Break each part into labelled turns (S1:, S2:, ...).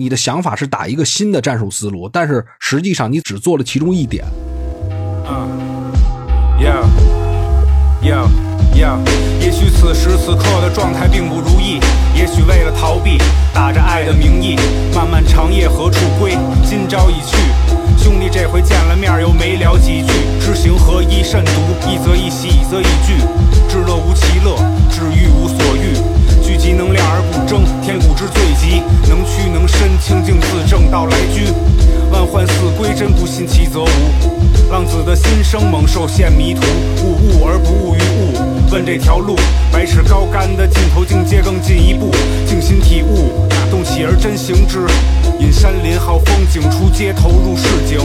S1: 你的想法是打一个新的战术思路，但是实际上你只做了其中一点。
S2: Yeah, yeah, yeah。也许此时此刻的状态并不如意，也许为了逃避，打着爱的名义，漫漫长夜何处归？今朝已去，兄弟这回见了面又没聊几句，知行合一甚毒，一则一喜，一则一惧，至乐无其乐，至欲无所欲。聚集能量而不争，天古之最极，能屈能伸，清净自正到来居。万幻似归，真不信其则无。浪子的心声猛兽陷迷途，悟悟而不悟于悟。问这条路，百尺高杆的尽头，境界更进一步。静心体悟，打动起而真行之。引山林好风景，出街头入市井。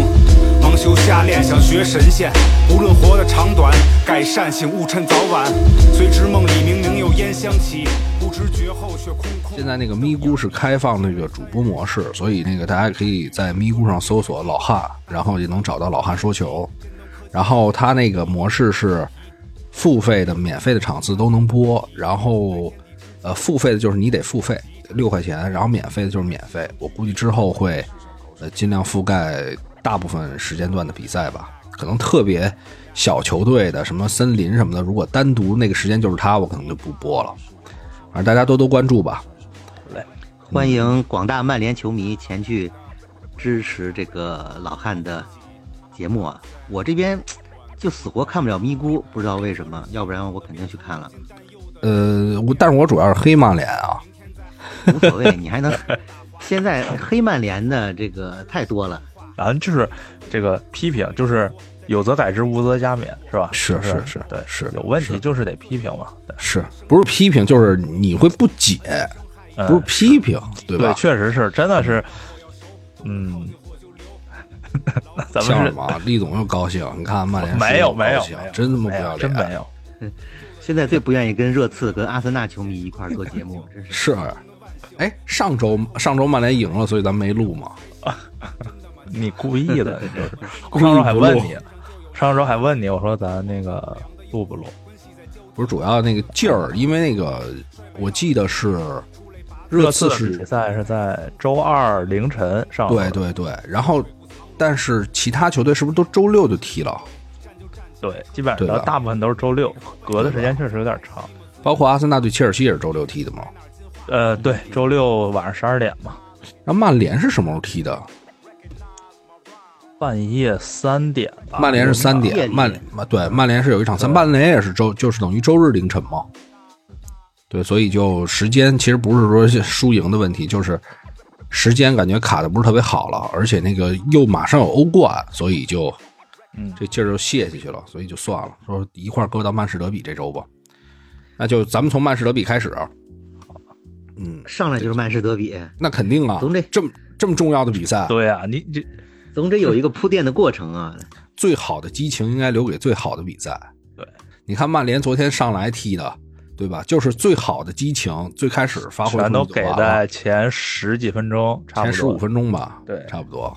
S2: 盲修瞎练，想学神仙，无论活的长短，改善醒悟趁早晚。随之梦里明明有烟香起，不知觉后却空空。
S1: 现在那个咪咕是开放那个主播模式，所以那个大家可以在咪咕上搜索老汉，然后就能找到老汉说球。然后他那个模式是付费的、免费的场次都能播，然后呃付费的就是你得付费六块钱，然后免费的就是免费。我估计之后会呃尽量覆盖大部分时间段的比赛吧，可能特别小球队的什么森林什么的，如果单独那个时间就是他，我可能就不播了。反正大家多多关注吧。
S3: 欢迎广大曼联球迷前去支持这个老汉的节目啊！我这边就死活看不了咪咕，不知道为什么，要不然我肯定去看了。
S1: 呃，我但是我主要是黑曼联啊，
S3: 无所谓，你还能。现在黑曼联的这个太多了，
S4: 咱就是这个批评，就是有则改之，无则加勉，是吧？
S1: 是
S4: 就是
S1: 是
S4: 对，
S1: 是
S4: 有问
S1: 是
S4: 题就是得批评嘛。对
S1: 是不是批评就是你会不解，
S4: 嗯
S1: 不是批评，对
S4: 对，
S1: 吧？
S4: 确实是，真的是， 嗯， 咱
S1: 像
S4: 们
S1: 什
S4: 是
S1: 么？李总又高兴，你看曼联
S4: 没
S1: 输
S4: 有
S1: 了
S4: 没有
S1: 高兴
S4: 没有
S1: 真他妈
S4: 没
S1: 不要
S4: 有，
S1: 脸，啊
S4: 真没有。
S3: 现在最不愿意跟热刺、跟阿森纳球迷一块儿做节目，真是。
S1: 是。哎，上周上周曼联赢了，所以咱们没录嘛。
S4: 你故意 的，你就是
S1: 故意
S4: 上周还
S1: 不
S4: 问
S1: 录
S4: 你，上周还问你，我说咱那个录不录？
S1: 不是主要那个劲儿，因为那个我记得是
S4: 热
S1: 刺
S4: 的
S1: 是
S4: 比赛是在周二凌晨上，
S1: 对对对，然后但是其他球队是不是都周六就踢了？
S4: 对，基本
S1: 对吧
S4: 上大部分都是周六，隔的时间确实有点长。
S1: 包括阿森纳对切尔西也是周六踢的嘛。
S4: 呃，对，周六晚上十二点嘛，
S1: 然后曼联是什么时候踢的？
S4: 半夜三点吧。
S1: 曼联是三
S3: 夜
S1: 点，
S3: 里
S1: 曼曼对曼联是有一场三，
S4: 对
S1: 曼联也是周就是等于周日凌晨嘛。对，所以就时间其实不是说输赢的问题，就是时间感觉卡的不是特别好了，而且那个又马上有欧冠，所以就
S4: 嗯，
S1: 这劲儿就泄下去了，所以就算了，说一块儿搁到曼市德比这周吧。那就咱们从曼市德比开始。嗯，
S3: 上来就是曼市德比，
S1: 那肯定啊
S3: 总得，
S1: 这么这么重要的比赛，
S4: 对啊，你这
S3: 总得有一个铺垫的过程啊。
S1: 最好的激情应该留给最好的比赛。
S4: 对，
S1: 你看曼联昨天上来踢的，对吧？就是最好的激情，最开始发挥
S4: 全都
S1: 出去就
S4: 给
S1: 完了
S4: 在前十几分钟，差不
S1: 前
S4: 多
S1: 十五分钟吧，
S4: 对
S1: 差不多。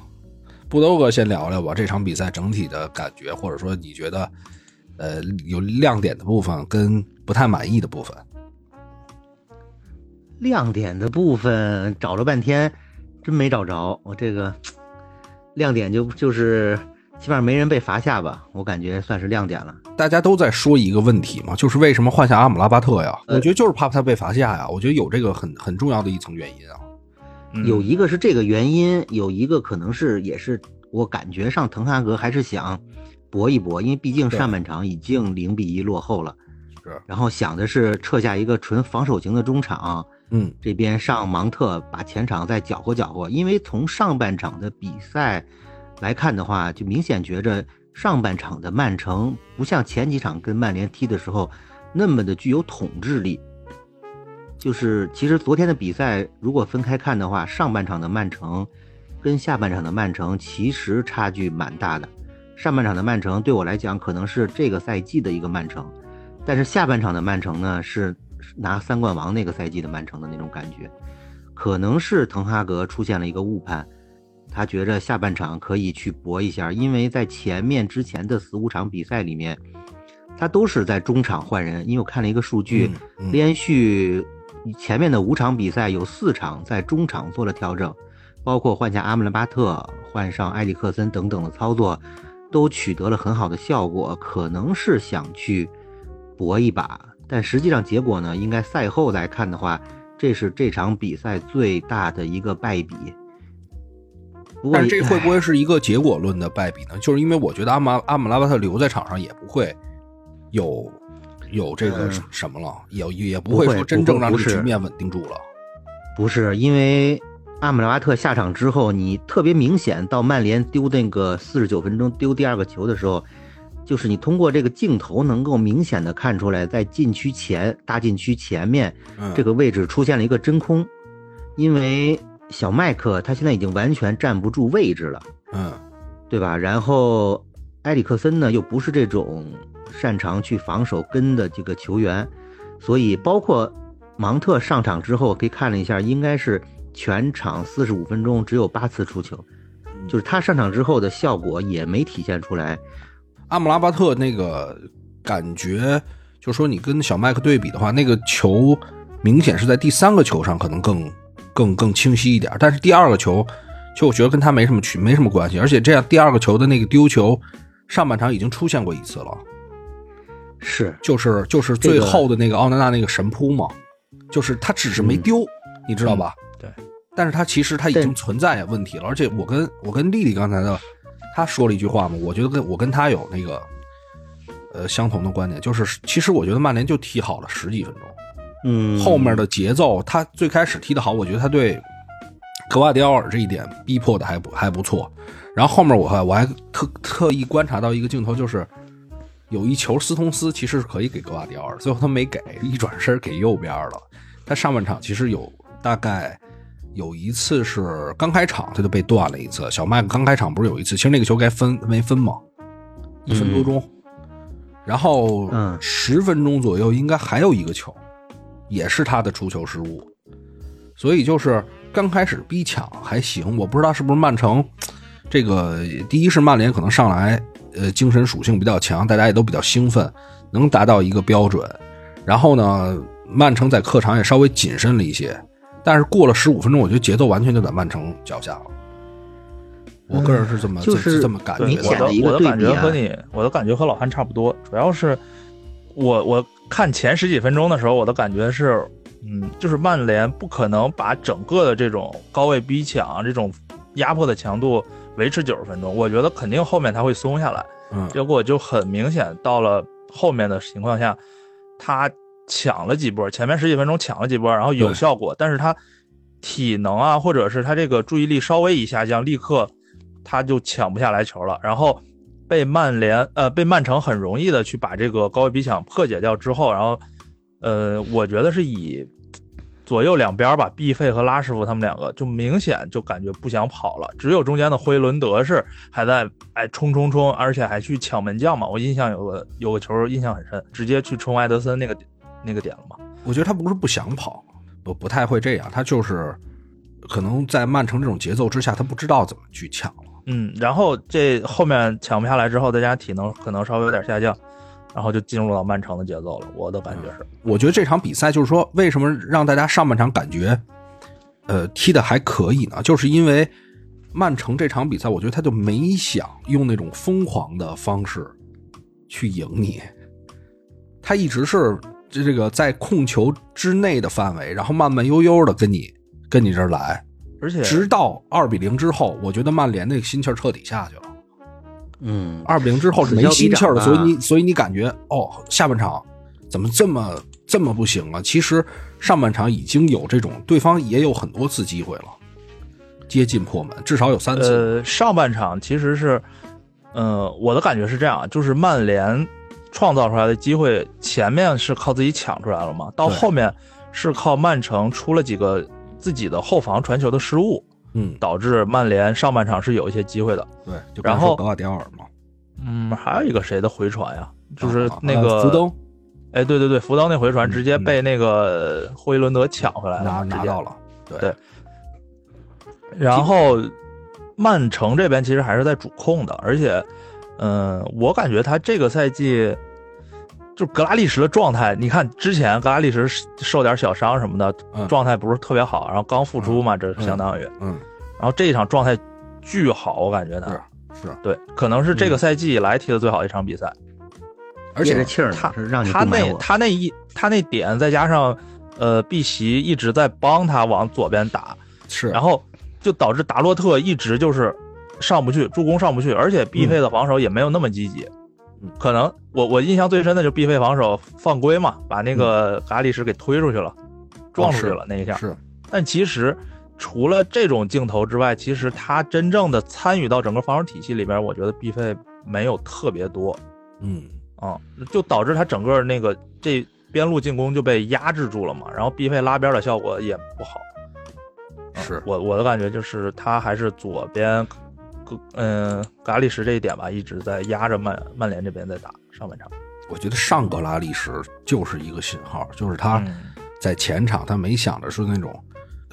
S1: 布兜哥先聊聊吧，这场比赛整体的感觉，或者说你觉得，呃，有亮点的部分跟不太满意的部分。
S3: 亮点的部分找了半天，真没找着。我这个亮点就就是起码没人被罚下吧，我感觉算是亮点了。
S1: 大家都在说一个问题嘛，就是为什么换下阿姆拉巴特呀？
S3: 呃
S1: 我觉得就是怕他被罚下呀，我觉得有这个很很重要的一层原因啊。
S4: 嗯
S3: 有一个是这个原因，有一个可能是也是我感觉上滕哈格还是想搏一搏，因为毕竟
S1: 对
S3: 上半场已经零比一落后了。
S1: 是
S3: 然后想的是撤下一个纯防守型的中场，
S1: 嗯，
S3: 这边上芒特把前场再搅和搅和，因为从上半场的比赛来看的话，就明显觉着上半场的曼城不像前几场跟曼联踢的时候那么的具有统治力。就是其实昨天的比赛如果分开看的话，上半场的曼城跟下半场的曼城其实差距蛮大的。上半场的曼城对我来讲可能是这个赛季的一个曼城，但是下半场的曼城呢，是是拿三冠王那个赛季的曼城的那种感觉，可能是滕哈格出现了一个误判，他觉着下半场可以去搏一下，因为在前面之前的四五场比赛里面，他都是在中场换人，因为我看了一个数据，
S1: 嗯嗯
S3: 连续前面的五场比赛有四场在中场做了调整，包括换下阿姆兰巴特、换上埃里克森等等的操作，都取得了很好的效果。可能是想去搏一把，但实际上结果呢，应该赛后来看的话，这是这场比赛最大的一个败笔。不过
S1: 但是这会不会
S3: 唉
S1: 是一个结果论的败笔呢？就是因为我觉得阿马阿姆拉巴特留在场上也不会有有这个
S3: 嗯
S1: 什什么了，也也不
S3: 不
S1: 会
S3: 会
S1: 说真
S3: 不
S1: 正
S3: 会
S1: 让这
S3: 不
S1: 个局
S3: 是
S1: 面稳定住了。
S3: 不是因为阿姆拉巴特下场之后，你特别明显到曼联丢那个四十九分钟丢第二个球的时候，就是你通过这个镜头能够明显的看出来，在禁区前大禁区前面
S1: 嗯，
S3: 这个位置出现了一个真空，因为小麦克他现在已经完全站不住位置了，
S1: 嗯
S3: 对吧？然后埃里克森呢又不是这种擅长去防守跟的这个球员，所以包括芒特上场之后，可以看了一下，应该是全场四十五分钟只有八次出球，就是他上场之后的效果也没体现出来。
S1: 阿姆拉巴特那个感觉，就说你跟小麦克对比的话，那个球明显是在第三个球上可能更更更清晰一点，但是第二个球，其实我觉得跟他没什么区没什么关系，而且这样第二个球的那个丢球，上半场已经出现过一次了，
S3: 是，
S1: 就是就是
S3: 这
S1: 最
S3: 个
S1: 后的那个奥纳纳那个神扑嘛，就是他只是没
S3: 嗯
S1: 丢，你知道吧？
S4: 对，
S1: 但是他其实他已
S3: 对
S1: 经存在问题了，而且我跟我跟丽丽刚才的，她说了一句话嘛，我觉得跟我跟她有那个呃相同的观点，就是其实我觉得曼联就踢好了十几分钟，
S3: 嗯，
S1: 后面的节奏他最开始踢得好，我觉得他对格瓦迪奥尔这一点逼迫的还不还不错，然后后面我还我还特特意观察到一个镜头就是。有一球，斯通斯其实是可以给格瓦迪奥尔，最后他没给，一转身给右边了。他上半场其实有大概有一次是刚开场他就被断了一次，小麦克刚开场不是有一次，其实那个球该分没分吗？一分多钟，然后
S3: 嗯
S1: 十分钟左右应该还有一个球，也是他的出球失误，所以就是刚开始逼抢还行，我不知道是不是曼城这个第一是曼联可能上来呃精神属性比较强，大家也都比较兴奋，能达到一个标准。然后呢，曼城在客场也稍微谨慎了一些，但是过了十五分钟，我觉得节奏完全就在曼城脚下了。我个人是这么、
S3: 嗯就
S1: 这
S3: 是
S1: 这么感觉
S4: 对
S1: 的，
S3: 明显
S4: 我的
S3: 一个
S4: 我的
S3: 对
S4: 感
S3: 比
S4: 觉
S3: 啊
S4: 和你我的感觉和老汉差不多，主要是我我看前十几分钟的时候，我的感觉是，嗯，就是曼联不可能把整个的这种高位逼抢这种压迫的强度维持九十分钟，我觉得肯定后面他会松下来。
S1: 嗯
S4: 结果就很明显，到了后面的情况下，他抢了几波，前面十几分钟抢了几波，然后有
S1: 对
S4: 效果，但是他体能啊，或者是他这个注意力稍微一下降，立刻他就抢不下来球了，然后被曼联呃被曼城很容易的去把这个高位逼抢破解掉之后，然后呃，我觉得是以。左右两边吧，毕费和拉师傅他们两个就明显就感觉不想跑了，只有中间的辉伦德是还在哎冲冲冲，而且还去抢门将嘛。我印象有个有个球印象很深，直接去冲埃德森那个那个点了嘛。
S1: 我觉得他不是不想跑，不不太会这样，他就是可能在曼城这种节奏之下，他不知道怎么去抢了。
S4: 嗯，然后这后面抢不下来之后，再加上体能可能稍微有点下降，然后就进入到曼城的节奏了。我的感觉是，
S1: 我觉得这场比赛就是说，为什么让大家上半场感觉，呃，踢的还可以呢？就是因为曼城这场比赛，我觉得他就没想用那种疯狂的方式去赢你，他一直是这这个在控球之内的范围，然后慢慢悠悠的跟你跟你这儿来，
S4: 而且
S1: 直到二比零之后，我觉得曼联那个心气儿彻底下去了。
S3: 嗯，
S1: 二比零之后是没心气儿的，所以你所以你感觉哦，下半场怎么这么这么不行啊？其实上半场已经有这种，对方也有很多次机会了，接近破门，至少有三次。
S4: 呃，上半场其实是，呃，我的感觉是这样，就是曼联创造出来的机会，前面是靠自己抢出来了嘛，到
S1: 对
S4: 后面是靠曼城出了几个自己的后防传球的失误，
S1: 嗯，
S4: 导致曼联上半场是有一些机会的。
S1: 对，就
S4: 然
S1: 刚才
S4: 后
S1: 说格瓦迪奥尔嘛，
S4: 嗯，还有一个谁的回传呀？就是
S1: 啊
S4: 那个
S1: 呃福，登
S4: 哎，对对对，福登那回传直接
S1: 嗯
S4: 被那个霍伊伦德抢回来了，
S1: 拿
S4: 呃直接
S1: 拿到了，
S4: 对然后曼城这边其实还是在主控的，而且，嗯、我感觉他这个赛季就格拉利什的状态，你看之前格拉利什受点小伤什么的，
S1: 嗯
S4: 状态不是特别好，然后刚复出嘛，这
S1: 嗯
S4: 相当于，
S1: 嗯
S4: 然后这一场状态巨好，我感觉他
S1: 是是，
S4: 对，可能是这个赛季以来踢的最好的一场比赛。
S1: 而
S3: 憋着
S1: 且
S3: 气儿呢
S4: 他
S3: 是让你
S4: 他
S3: 不买
S4: 那
S3: 我，
S4: 他那一他那点再加上呃碧玺一直在帮他往左边打，
S1: 是，
S4: 然后就导致达洛特一直就是上不去，助攻上不去，而且必费的防守也没有那么积极。
S1: 嗯
S4: 可能我我印象最深的就是必费防守犯规嘛，把那个阿里什给推出去了，撞出去了、那一下。
S1: 嗯哦是
S4: 但其实除了这种镜头之外，其实他真正的参与到整个防守体系里边，我觉得必费没有特别多。
S1: 嗯
S4: 啊，就导致他整个那个这边路进攻就被压制住了嘛，然后逼费拉边的效果也不好。啊
S1: 是
S4: 我我的感觉就是他还是左边，嗯、咖喱什这一点吧，一直在压着曼曼联这边在打上半场。
S1: 我觉得上格拉历史就是一个信号，就是他
S4: 嗯
S1: 在前场他没想着是那种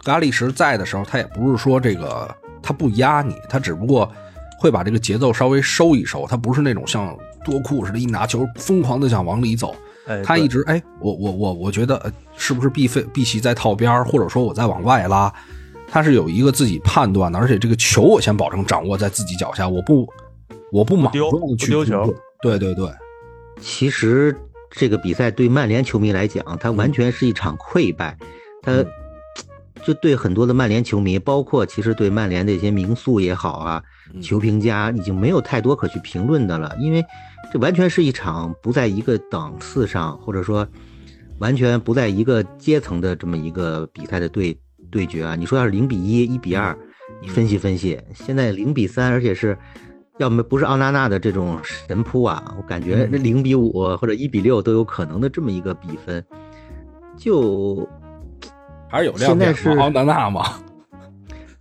S1: 格拉历什在的时候，他也不是说这个他不压你，他只不过会把这个节奏稍微收一收，他不是那种像多库似的，一拿球疯狂的想往里走，
S4: 哎，
S1: 他
S4: 对
S1: 一直哎，我我我我觉得呃是不是必费必席在套边儿，或者说我在往外拉，他是有一个自己判断的，而且这个球我先保证掌握在自己脚下，我不我不莽
S4: 丢
S1: 撞地
S4: 不
S1: 去
S4: 丢
S1: 突
S4: 球
S1: 破，对对对，
S3: 其实这个比赛对曼联球迷来讲，它完全是一场溃败，它
S1: 嗯
S3: 就对很多的曼联球迷，包括其实对曼联的一些名宿也好啊，
S1: 嗯
S3: 球评家已经没有太多可去评论的了，因为这完全是一场不在一个档次上，或者说完全不在一个阶层的这么一个比赛的对对决啊。你说要是零比一、一比二，你分析分析，现在零比三，而且是要么不是奥纳纳的这种神扑啊，我感觉这零比五或者一比六都有可能的这么一个比分，就
S1: 还是有亮
S3: 现在
S1: 点
S3: 是
S1: 嘛，奥纳纳嘛，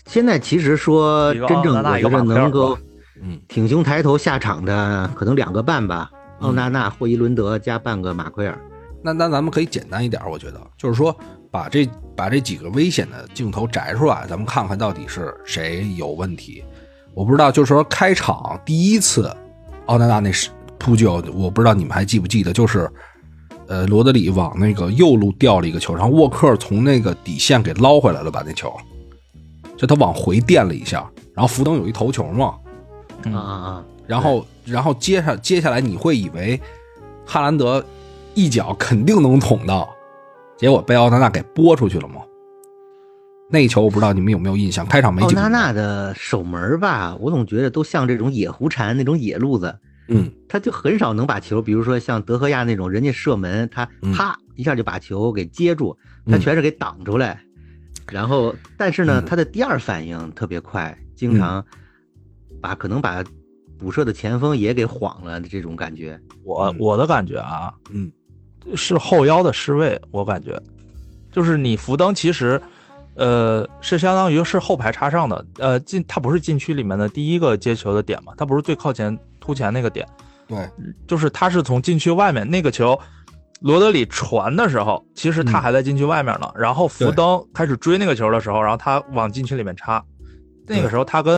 S3: 现在其实说
S4: 一个
S3: 真
S4: 奥
S3: 正
S4: 纳纳
S3: 我
S4: 一个
S3: 觉得
S4: 马奎尔
S3: 能够
S4: 吧
S1: 嗯
S3: 挺胸抬头下场的，可能两个半吧，
S1: 嗯
S3: 奥纳纳、霍伊伦德加半个马奎尔。
S1: 那那咱们可以简单一点，我觉得就是说把这把这几个危险的镜头摘出来，咱们看看到底是谁有问题。我不知道，就是说开场第一次奥纳纳那是扑救，我不知道你们还记不记得，就是呃罗德里往那个右路吊了一个球，然后沃克从那个底线给捞回来了，把那球就他往回垫了一下，然后福登有一头球嘛，
S4: 嗯
S3: 啊啊啊！
S1: 然后然后接上接下来你会以为哈兰德一脚肯定能捅到，结果被奥纳纳给拨出去了嘛。那一球我不知道你们有没有印象，开场没
S3: 奥
S1: 几分
S3: 纳
S1: 钟
S3: 纳的守门吧，我总觉得都像这种野胡缠那种野路子，
S1: 嗯，
S3: 他就很少能把球，比如说像德赫亚那种，人家射门，他
S1: 嗯
S3: 啪一下就把球给接住，他
S1: 嗯
S3: 全是给挡出来。然后，但是呢，
S1: 嗯
S3: 他的第二反应特别快，经常
S4: 嗯
S3: 把可能把补射的前锋也给晃了，这种感觉。
S4: 我
S1: 嗯
S4: 我的感觉啊，
S1: 嗯，
S4: 是后腰的失位，我感觉，就是你福登其实，呃，是相当于是后排插上的，呃，禁他不是禁区里面的第一个接球的点嘛，他不是最靠前突前那个点，
S1: 对，
S4: 就是他是从禁区外面那个球，罗德里传的时候，其实他还在禁区外面呢。然后福登开始追那个球的时候，然后他往禁区里面插，那个时候他跟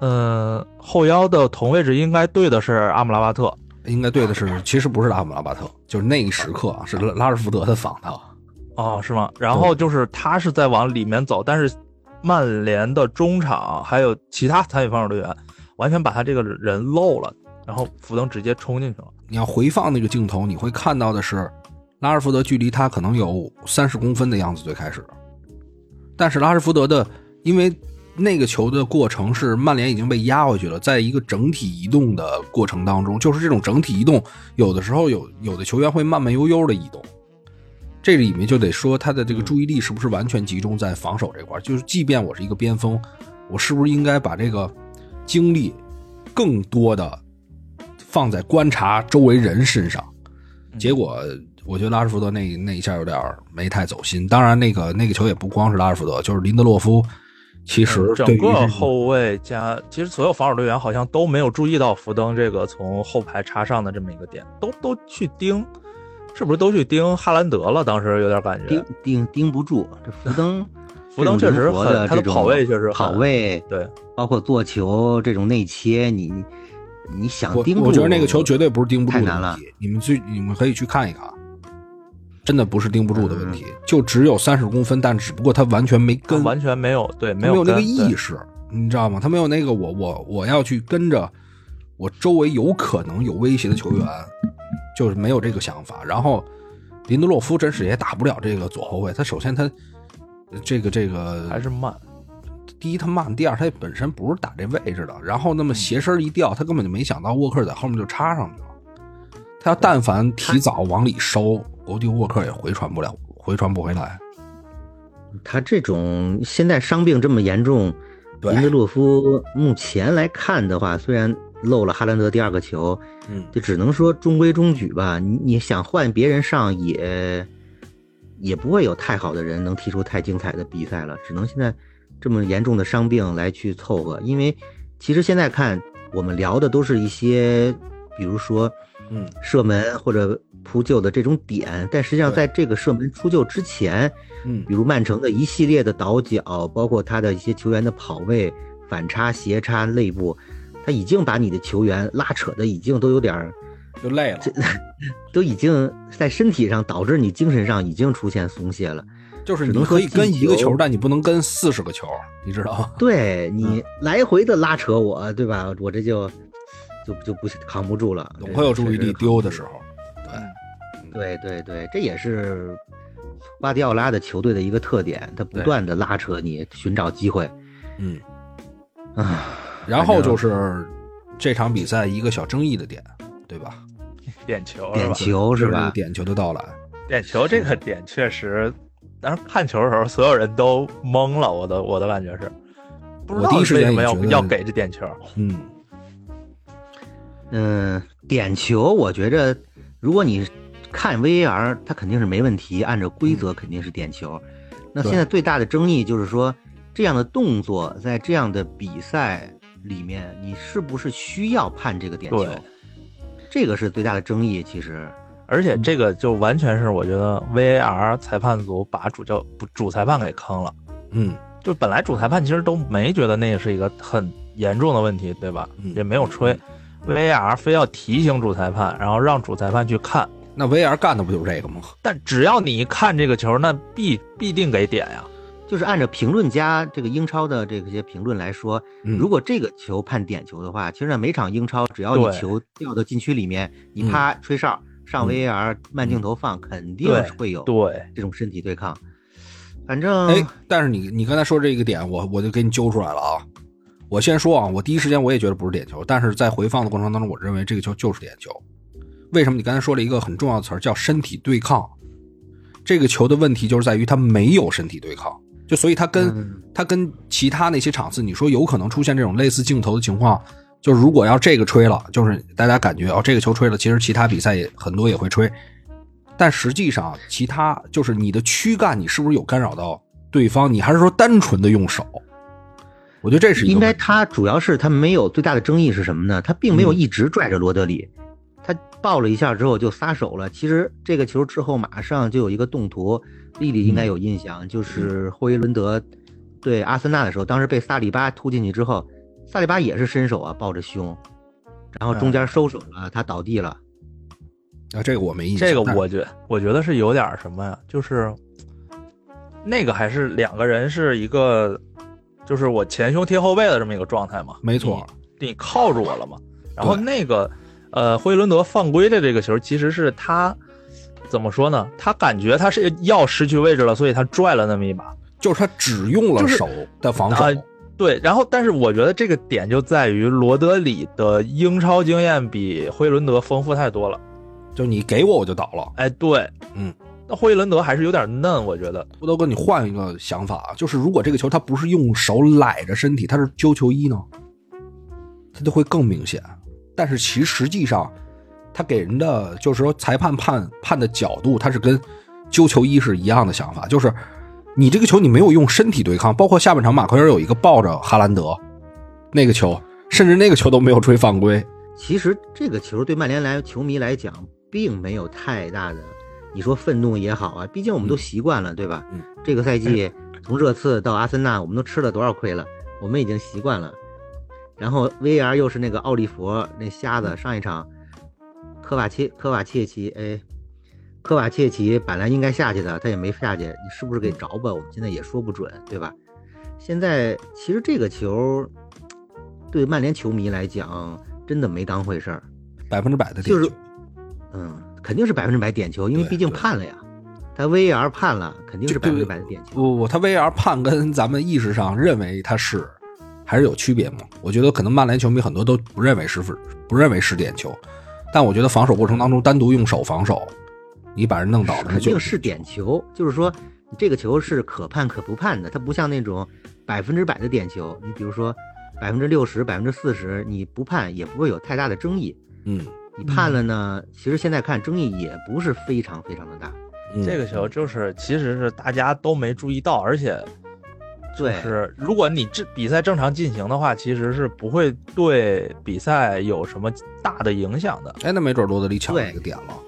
S4: 呃后腰的同位置应该对的是阿姆拉巴特，
S1: 应该对的是，其实不是阿姆拉巴特，就是那一时刻啊，是拉拉什福德的防他。
S4: 哦，是吗？然后就是他是在往里面走，但是曼联的中场还有其他参与防守队员完全把他这个人漏了，然后福登直接冲进去了。
S1: 你要回放那个镜头，你会看到的是，拉什福德距离他可能有三十公分的样子，最开始。但是拉什福德的，因为那个球的过程是曼联已经被压回去了，在一个整体移动的过程当中，就是这种整体移动，有的时候有有的球员会慢慢悠悠的移动，这里面就得说他的这个
S4: 嗯
S1: 注意力是不是完全集中在防守这块儿，就是即便我是一个边锋，我是不是应该把这个精力更多的放在观察周围人身上？
S4: 嗯
S1: 结果我觉得拉什福德那那一下有点儿没太走心。当然，那个那个球也不光是拉什福德，就是林德洛夫，其实对
S4: 嗯整
S1: 于这
S4: 个
S1: 个
S4: 后卫加，其实所有防守队员好像都没有注意到福登这个从后排插上的这么一个点，都都去盯，是不是都去盯哈兰德了？当时有点感觉，
S3: 盯，盯盯不住。这福登
S4: 福登确实
S3: 这种灵活
S4: 很他
S3: 这
S4: 的
S3: 种
S4: 跑位确实很
S3: 跑位，
S4: 对，
S3: 包括做球这种内切，你你你想
S1: 我
S3: 盯住，
S1: 我觉得那个球绝对不是盯不住
S3: 啊太
S1: 的
S3: 难
S1: 问
S3: 了
S1: 题。你们去，你们可以去看一看。啊真的不是盯不住的问
S3: 嗯
S1: 题，就只有三十公分，但只不过他完全没跟，
S4: 完全没有对
S1: 他没
S4: 有
S1: 那个
S4: 跟对
S1: 意识，你知道吗？他没有那个我我我要去跟着我周围有可能有威胁的球员，就是没有这个想法。然后林德洛夫真是也打不了这个左后卫，他首先他这个这个
S4: 还是慢，
S1: 第一他慢，第二他本身不是打这位置的，然后
S3: 嗯
S1: 那么斜身一掉，他根本就没想到沃克在后面就插上去了。他要但
S3: 嗯
S1: 凡提早往里收，估计沃克也回传不了，回传不回来。
S3: 他这种现在伤病这么严重，
S1: 对
S3: 林德洛夫目前来看的话，虽然漏了哈兰德第二个球，
S1: 嗯，
S3: 就只能说中规中矩吧。你你想换别人上也也不会有太好的人能踢出太精彩的比赛了，只能现在这么严重的伤病来去凑合。因为其实现在看我们聊的都是一些，比如说
S1: 嗯
S3: 射门或者扑救的这种点，但实际上
S1: 对
S3: 在这个射门扑救之前，
S1: 嗯
S3: 比如曼城的一系列的倒脚，包括他的一些球员的跑位、反插、斜插、内部，他已经把你的球员拉扯的已经都有点儿，
S1: 就累了，
S3: 都已经在身体上导致你精神上已经出现松懈了。
S1: 就是
S3: 只
S1: 你
S3: 能
S1: 可以
S3: 说
S1: 跟
S3: 进
S1: 一个
S3: 球
S1: 球，但你不能跟四十个球，你知道吗？
S3: 对你
S1: 嗯
S3: 来回的拉扯我，对吧？我这就就就不扛不住了，
S1: 总会有注意力丢的时
S3: 候。
S1: 候。
S3: 对对对，这也是瓜迪奥拉的球队的一个特点，他不
S1: 对
S3: 断的拉扯你寻找机会
S1: 嗯，
S3: 啊。
S1: 然后就是这场比赛一个小争议的点，对吧？
S4: 点球是
S3: 点
S4: 吧？
S3: 球是
S1: 就这个
S3: 吧？
S1: 点球的到来，
S4: 点球这个点确实，当时看球的时候，所有人都懵了。我的我的感觉是，不知
S1: 我
S4: 道
S1: 第一时
S4: 为
S1: 间
S4: 什么
S1: 也
S4: 要
S1: 觉得
S4: 要给这点球。
S1: 嗯，
S3: 嗯，点球，我觉着如果你看 VAR，它肯定是没问题，按照规则肯定是点球。那
S1: 对
S3: 现在最大的争议就是说，这样的动作在这样的比赛里面，你是不是需要判这个点球
S4: 对？
S3: 这个是最大的争议，其实。
S4: 而且
S1: 嗯
S4: 这个就完全是我觉得 VAR 裁判组把主教不主裁判给坑了。
S1: 嗯，
S4: 就本来主裁判其实都没觉得那个是一个很严重的问题，对吧
S1: 嗯？
S4: 也没有吹 VAR，非要提醒主裁判，然后让主裁判去看。
S1: 那 VR 干的不就是这个吗？
S4: 但只要你一看这个球，那必必定给点呀。
S3: 就是按照评论家这个英超的这些评论来说，
S1: 嗯
S3: 如果这个球判点球的话，其实呢每场英超只要你
S4: 对
S3: 球掉到禁区里面，你
S1: 嗯
S3: 啪吹哨上
S1: 嗯
S3: VAR 慢镜头放，肯定
S4: 对
S3: 是会有
S4: 对，
S3: 这种身体对抗。反
S1: 哎
S3: 正，
S1: 但是你你刚才说这个点，我我就给你揪出来了啊！我先说啊，我第一时间我也觉得不是点球，但是在回放的过程当中，我认为这个球就是点球。为什么？你刚才说了一个很重要的词儿，叫身体对抗。这个球的问题就是在于它没有身体对抗，就所以它跟、
S3: 嗯
S1: 它跟其他那些场次，你说有可能出现这种类似镜头的情况，就是如果要这个吹了，就是大家感觉哦，这个球吹了，其实其他比赛也很多也会吹，但实际上其他就是你的躯干，你是不是有干扰到对方？你还是说单纯的用手？我觉得这是一个
S3: 应该
S1: 问题
S3: 他主要是他没有最大的争议是什么呢？他并没有
S1: 嗯
S3: 一直拽着罗德里，他抱了一下之后就撒手了。其实这个球之后马上就有一个动图，丽丽
S1: 嗯
S3: 应该有印象，就是霍伊伦德对阿森纳的时候，当时被萨里巴突进去之后，萨里巴也是伸手啊抱着胸，然后中
S1: 嗯
S3: 间收手了，他倒地了。
S1: 啊，这个我没印象。
S4: 这个
S1: 但
S4: 我觉我觉得是有点什么呀，就是那个还是两个人是一个，就是我前胸贴后背的这么一个状态嘛，
S1: 没错，
S4: 你，你靠住我了嘛。然后
S1: 对
S4: 那个呃，霍伊伦德犯规的这个球，其实是他怎么说呢？他感觉他是要失去位置了，所以他拽了那么一把。
S1: 就是他只用了
S4: 就是
S1: 手的防守，
S4: 啊对，然后但是我觉得这个点就在于罗德里的英超经验比霍伊伦德丰富太多了。
S1: 就你给我我就倒了。
S4: 哎，对，
S1: 嗯，
S4: 那霍伊伦德还是有点嫩，我觉得。
S1: 不都跟你换一个想法，啊就是如果这个球他不是用手揽着身体，他是揪球衣呢，他就会更明显。但是其实际上，他给人的就是说裁判判判的角度，他是跟揪球衣是一样的想法，就是你这个球你没有用身体对抗，包括下半场马奎尔有一个抱着哈兰德那个球，甚至那个球都没有吹犯规，
S3: 其实这个球对曼联来球迷来讲，并没有太大的，你说愤怒也好啊，毕竟我们都习惯了，对吧？
S1: 嗯
S3: 这个赛季从热刺到阿森纳，我们都吃了多少亏了，我们已经习惯了。然后 VR 又是那个奥利佛那瞎子，上一场科瓦切科瓦切奇，哎，科瓦切奇本来应该下去的，他也没下去，你是不是给着吧？我们现在也说不准，对吧？现在其实这个球对曼联球迷来讲真的没当回事儿，
S1: 百分之百的点
S3: 就
S1: 球，
S3: 是嗯，肯定是百分之百点球，因为
S1: 对
S3: 毕竟
S1: 对
S3: 判了呀，他 VAR 判了，肯定是
S1: 这
S3: 百分之
S1: 个
S3: 百的点球。
S1: 不不，他 VR 判跟咱们意识上认为他是还是有区别嘛？我觉得可能曼联球迷很多都不认为是不认为是点球，但我觉得防守过程当中单独用手防守，你把人弄倒了，那
S3: 肯
S1: 就
S3: 定是点球，就是说你这个球是可判可不判的，它不像那种百分之百的点球。你比如说百分之六十、百分之四十，你不判也不会有太大的争议。
S1: 嗯，
S3: 你判了呢，其实现在看争议也不是非常非常的大。
S1: 嗯
S4: 这个球就是其实是大家都没注意到，而且就
S3: 对
S4: 是如果你这比赛正常进行的话，其实是不会对比赛有什么大的影响的。
S1: 哎，那没准罗德里抢了
S3: 对
S1: 一个点了，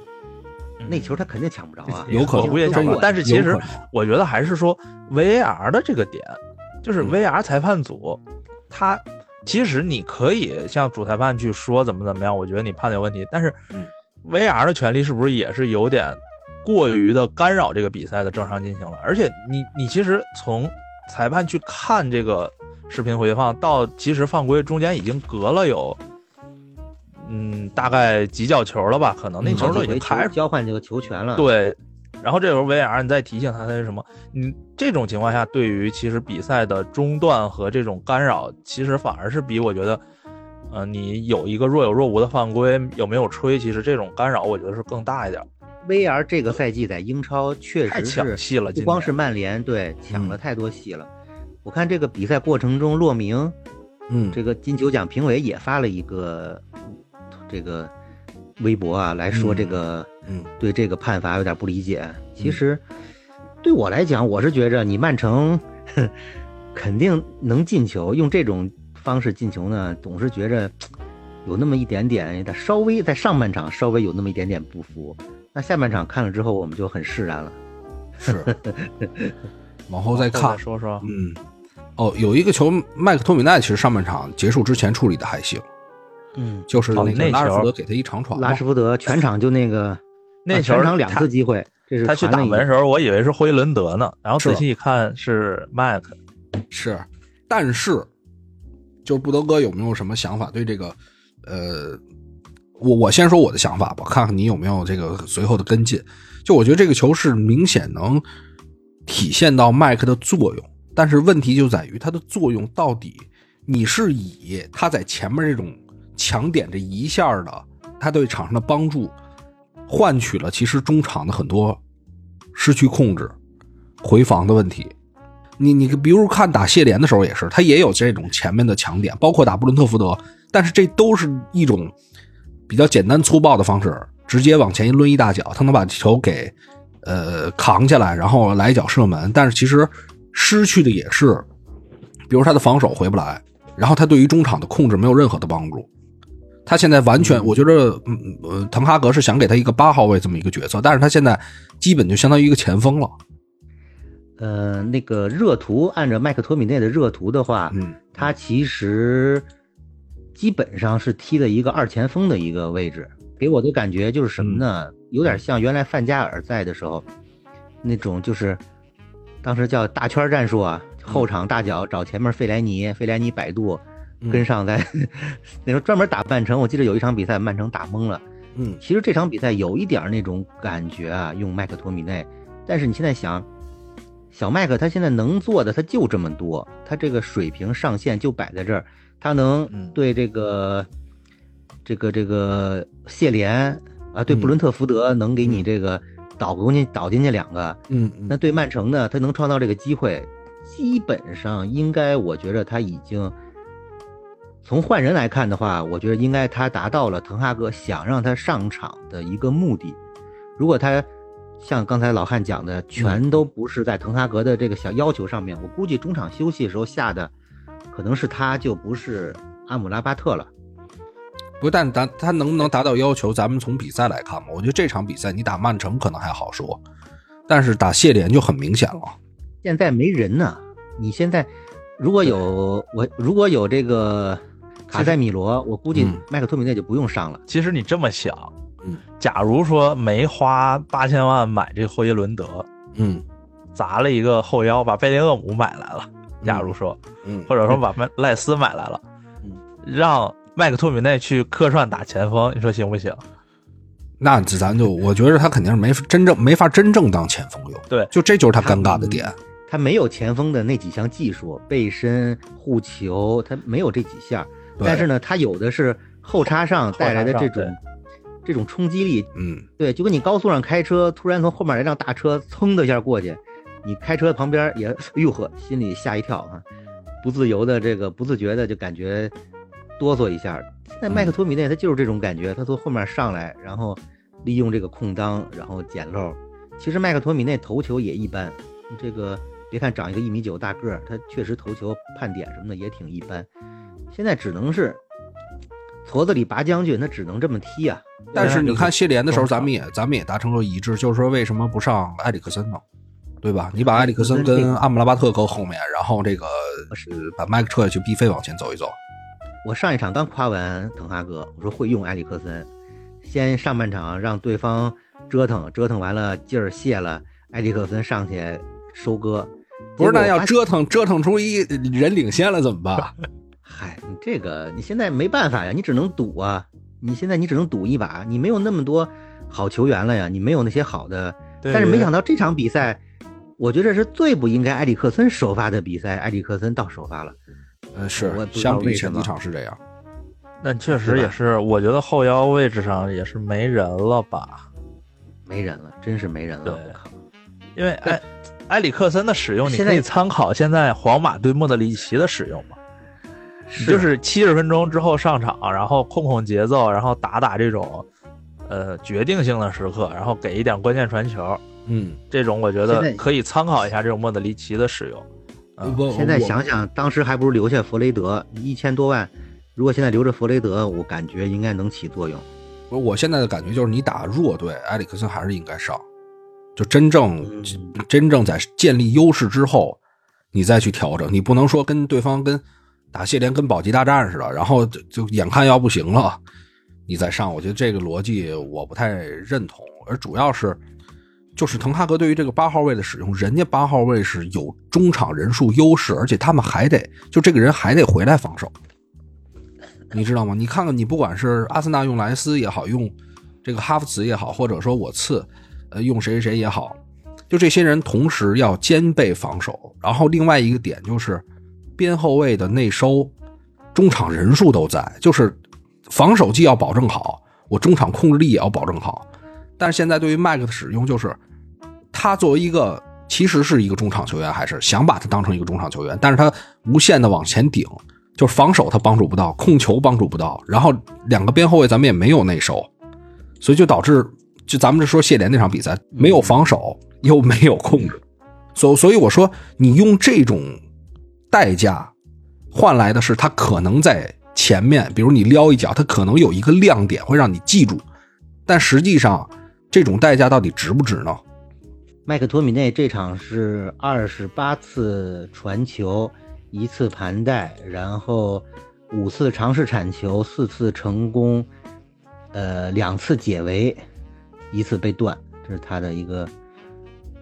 S3: 那球他肯定抢不着啊，
S1: 有可能
S3: 都
S4: 我也
S3: 都
S4: 想
S3: 过来
S4: 过，但是其
S1: 有
S4: 实
S1: 可能
S4: 我觉得还是说 VAR 的这个点，就是
S1: 嗯
S4: VAR 裁判组，他其实你可以向主裁判去说怎么怎么样，我觉得你判的有问题，但是
S1: 嗯
S4: VAR 的权利是不是也是有点过于的干扰这个比赛的正常进行了？而且你你其实从裁判去看这个视频回放到其实犯规中间已经隔了有。嗯，大概几脚球了吧？可能那
S1: 嗯
S4: 球都
S3: 回
S4: 已经
S3: 球
S4: 开出
S3: 交换这个球权了。，
S4: 对，然后这时候 VR 你再提醒他，他是什么？你这种情况下，对于其实比赛的中断和这种干扰，其实反而是比我觉得，呃，你有一个若有若无的犯规，有没有吹，其实这种干扰我觉得是更大一点，
S3: VAR 这个赛季在英超确
S4: 太
S3: 实
S4: 抢
S3: 是
S4: 戏了。
S3: 不
S4: 今
S3: 光
S4: 年
S3: 是曼联对抢了
S1: 嗯
S3: 太多戏了。我看这个比赛过程中，洛明
S1: 嗯，
S3: 这个金球奖评委也发了一个这个微博啊，来说
S1: 嗯
S3: 这个
S1: 嗯
S3: 对这个判罚有点不理解。其实对我来讲，我是觉着你曼城 哼肯定能进球，用这种方式进球呢，总是觉着有那么一点点，但稍微在上半场稍微有那么一点点不服。那下半场看了之后，我们就很释然了。
S1: 是， 往后再
S4: 再
S1: 看，
S4: 说说，
S1: 嗯，哦，有一个球，麦克托米奈其实上半场结束之前处理的还行，
S3: 嗯，
S1: 就是
S4: 哦
S1: 那个
S4: 那
S1: 拉什
S4: 球
S1: 福德给他一长传嘛，
S3: 拉什福德全场就那个
S4: 那
S3: 啊
S4: 球
S3: 全场两
S4: 他
S3: 次机会，这是
S4: 他去
S3: 传了
S4: 打
S3: 一
S4: 门的时候，我以为是霍伊伦德呢，然后
S1: 是
S3: 啊
S4: 仔细一看是麦克。
S1: 是，但是，就是布德哥有没有什么想法对这个，呃，我我先说我的想法吧，看看你有没有这个随后的跟进。就我觉得这个球是明显能体现到麦克的作用，但是问题就在于它的作用到底，你是以他在前面这种强点这一下儿的他对场上的帮助，换取了其实中场的很多失去控制、回防的问题。你你比如看打谢联的时候也是，他也有这种前面的强点，包括打布伦特福德，但是这都是一种比较简单粗暴的方式，直接往前一抡一大脚，他能把球给呃扛下来，然后来一脚射门。但是其实失去的也是，比如他的防守回不来，然后他对于中场的控制没有任何的帮助。他现在完全，我觉得，嗯呃，滕哈格是想给他一个八号位这么一个角色，但是他现在基本就相当于一个前锋了。
S3: 呃，那个热图按照麦克托米内的热图的话，
S1: 嗯，
S3: 他其实基本上是踢的一个二前锋的一个位置，给我的感觉就是什
S4: 嗯
S3: 么呢？有点像原来范加尔在的时候那种，就是当时叫大圈战术啊，
S4: 嗯
S3: 后场大脚找前面费莱尼，费莱尼摆渡
S4: 嗯
S3: 跟上来， 那时候专门打曼城，我记得有一场比赛曼城打懵了。
S1: 嗯
S3: 其实这场比赛有一点儿那种感觉啊，用麦克托米内，但是你现在想，小麦克他现在能做的他就这么多，他这个水平上限就摆在这儿，他能
S4: 嗯
S3: 对这个、这个这个谢联啊，对
S1: 嗯
S3: 布伦特福德能给你这个倒进去倒进去两个，
S1: 嗯嗯，
S3: 那对曼城呢，他能创造这个机会，基本上应该我觉着他已经从换人来看的话，我觉得应该他达到了滕哈格想让他上场的一个目的。如果他像刚才老汉讲的，全都不是在滕哈格的这个小要求上面，我估计中场休息的时候下的可能是他，就不是阿姆拉巴特了。
S1: 不但达他能不能达到要求，咱们从比赛来看吧。我觉得这场比赛你打曼城可能还好说，但是打谢联就很明显了。
S3: 现在没人呢，你现在如果有我，如果有这个卡塞米罗，我估计
S1: 嗯
S3: 麦克托米内就不用上了。
S4: 其实你这么想，
S1: 嗯
S4: 假如说没花八千万买这霍伊伦德，
S1: 嗯
S4: 砸了一个后腰，把贝林厄姆买来了，假如说，
S1: 嗯，
S4: 或者说把麦赖斯买来了，嗯让麦克托米内去客串打前锋，你说行不行？
S1: 那这咱就我觉得他肯定是没真正没法真正当前锋用，
S4: 对
S1: 就这就是他尴尬的点。
S3: 他没有前锋的那几项技术，背身、护球，他没有这几项。
S1: 对
S3: 但是呢，他有的是后插上带来的这
S4: 后插
S3: 种这种冲击力。
S1: 嗯，
S3: 对，就跟你高速上开车，突然从后面来辆大车，噌的一下过去，你开车旁边也，哎呦呵，心里吓一跳啊，不自由的这个不自觉的就感觉哆嗦一下。现在麦克托米内他就是这种感觉，他从后面上来，然后利用这个空当，然后捡漏。其实麦克托米内头球也一般，这个别看长一个一米九大个儿，他确实头球判点什么的也挺一般。现在只能是矬子里拔将军，他只能这么踢啊。
S1: 但是你看谢联的时候，
S4: 中场
S1: 咱们也咱们也达成过一致，就是说为什么不上埃里克森呢？对吧？你把埃里克森跟阿姆拉巴特搁后面，然后这个是把麦克特去逼飞往前走一走。
S3: 我上一场刚夸完滕哈格，我说会用埃里克森，先上半场让对方折腾折腾完了劲儿泄了，埃里克森上去收割。
S1: 不是，
S3: 结果
S1: 那要
S3: 发现
S1: 折腾折腾出一人领先了怎么办？
S3: 嗨，你这个你现在没办法呀，你只能赌啊！你现在你只能赌一把，你没有那么多好球员了呀，你没有那些好的。
S4: 对
S3: 但是没
S4: 对
S3: 想到这场比赛，我觉得这是最不应该埃里克森首发的比赛，埃里克森到首发了。
S1: 嗯，
S3: 我也
S1: 是
S3: 不知道
S1: 相比
S3: 为什
S1: 前
S3: 么
S1: 几场是这样。
S4: 那确实
S3: 对吧
S4: 也是，我觉得后腰位置上也是没人了吧？
S3: 没人了，真是没人了！
S4: 对
S3: 我靠，
S4: 因为埃埃里克森的使用，你
S3: 现
S4: 可
S3: 在
S4: 以参考现在皇马对莫德里奇的使用嘛，你
S3: 是
S4: 就是七十分钟之后上场，然后控控节奏，然后打打这种呃决定性的时刻，然后给一点关键传球，
S1: 嗯，
S4: 这种我觉
S3: 现
S4: 得
S3: 在
S4: 可以参考一下这种莫德里奇的使用。嗯
S1: 不
S3: 现在
S1: 呃我
S3: 想想，当时还不如留下弗雷德一千多万。如果现在留着弗雷德，我感觉应该能起作用。
S1: 不是我现在的感觉就是，你打弱队，埃里克森还是应该上。就真正、
S3: 嗯
S1: 真正在建立优势之后，你再去调整，你不能说跟对方跟打谢联跟保级大战似的，然后就就眼看要不行了，你再上。我觉得这个逻辑我不太认同，而主要是就是滕哈格对于这个八号位的使用，人家八号位是有中场人数优势，而且他们还得就这个人还得回来防守。你知道吗？你看看，你不管是阿森纳用莱斯也好，用这个哈弗茨也好，或者说我次，呃，用谁谁谁也好，就这些人同时要兼备防守。然后另外一个点就是，边后卫的内收，中场人数都在，就是防守既要保证好，我中场控制力也要保证好。但是现在对于麦克的使用，就是他作为一个其实是一个中场球员，还是想把他当成一个中场球员，但是他无限的往前顶，就是防守他帮助不到，控球帮助不到，然后两个边后卫咱们也没有内收，所以就导致就咱们这说谢联那场比赛没有防守又没有控制，所所以我说你用这种代价换来的是他可能在前面，比如你撩一脚，他可能有一个亮点会让你记住，但实际上这种代价到底值不值呢？
S3: 麦克托米内这场是二十八次传球，一次盘带，然后五次尝试铲球，四次成功，呃，两次解围，一次被断，这是他的一个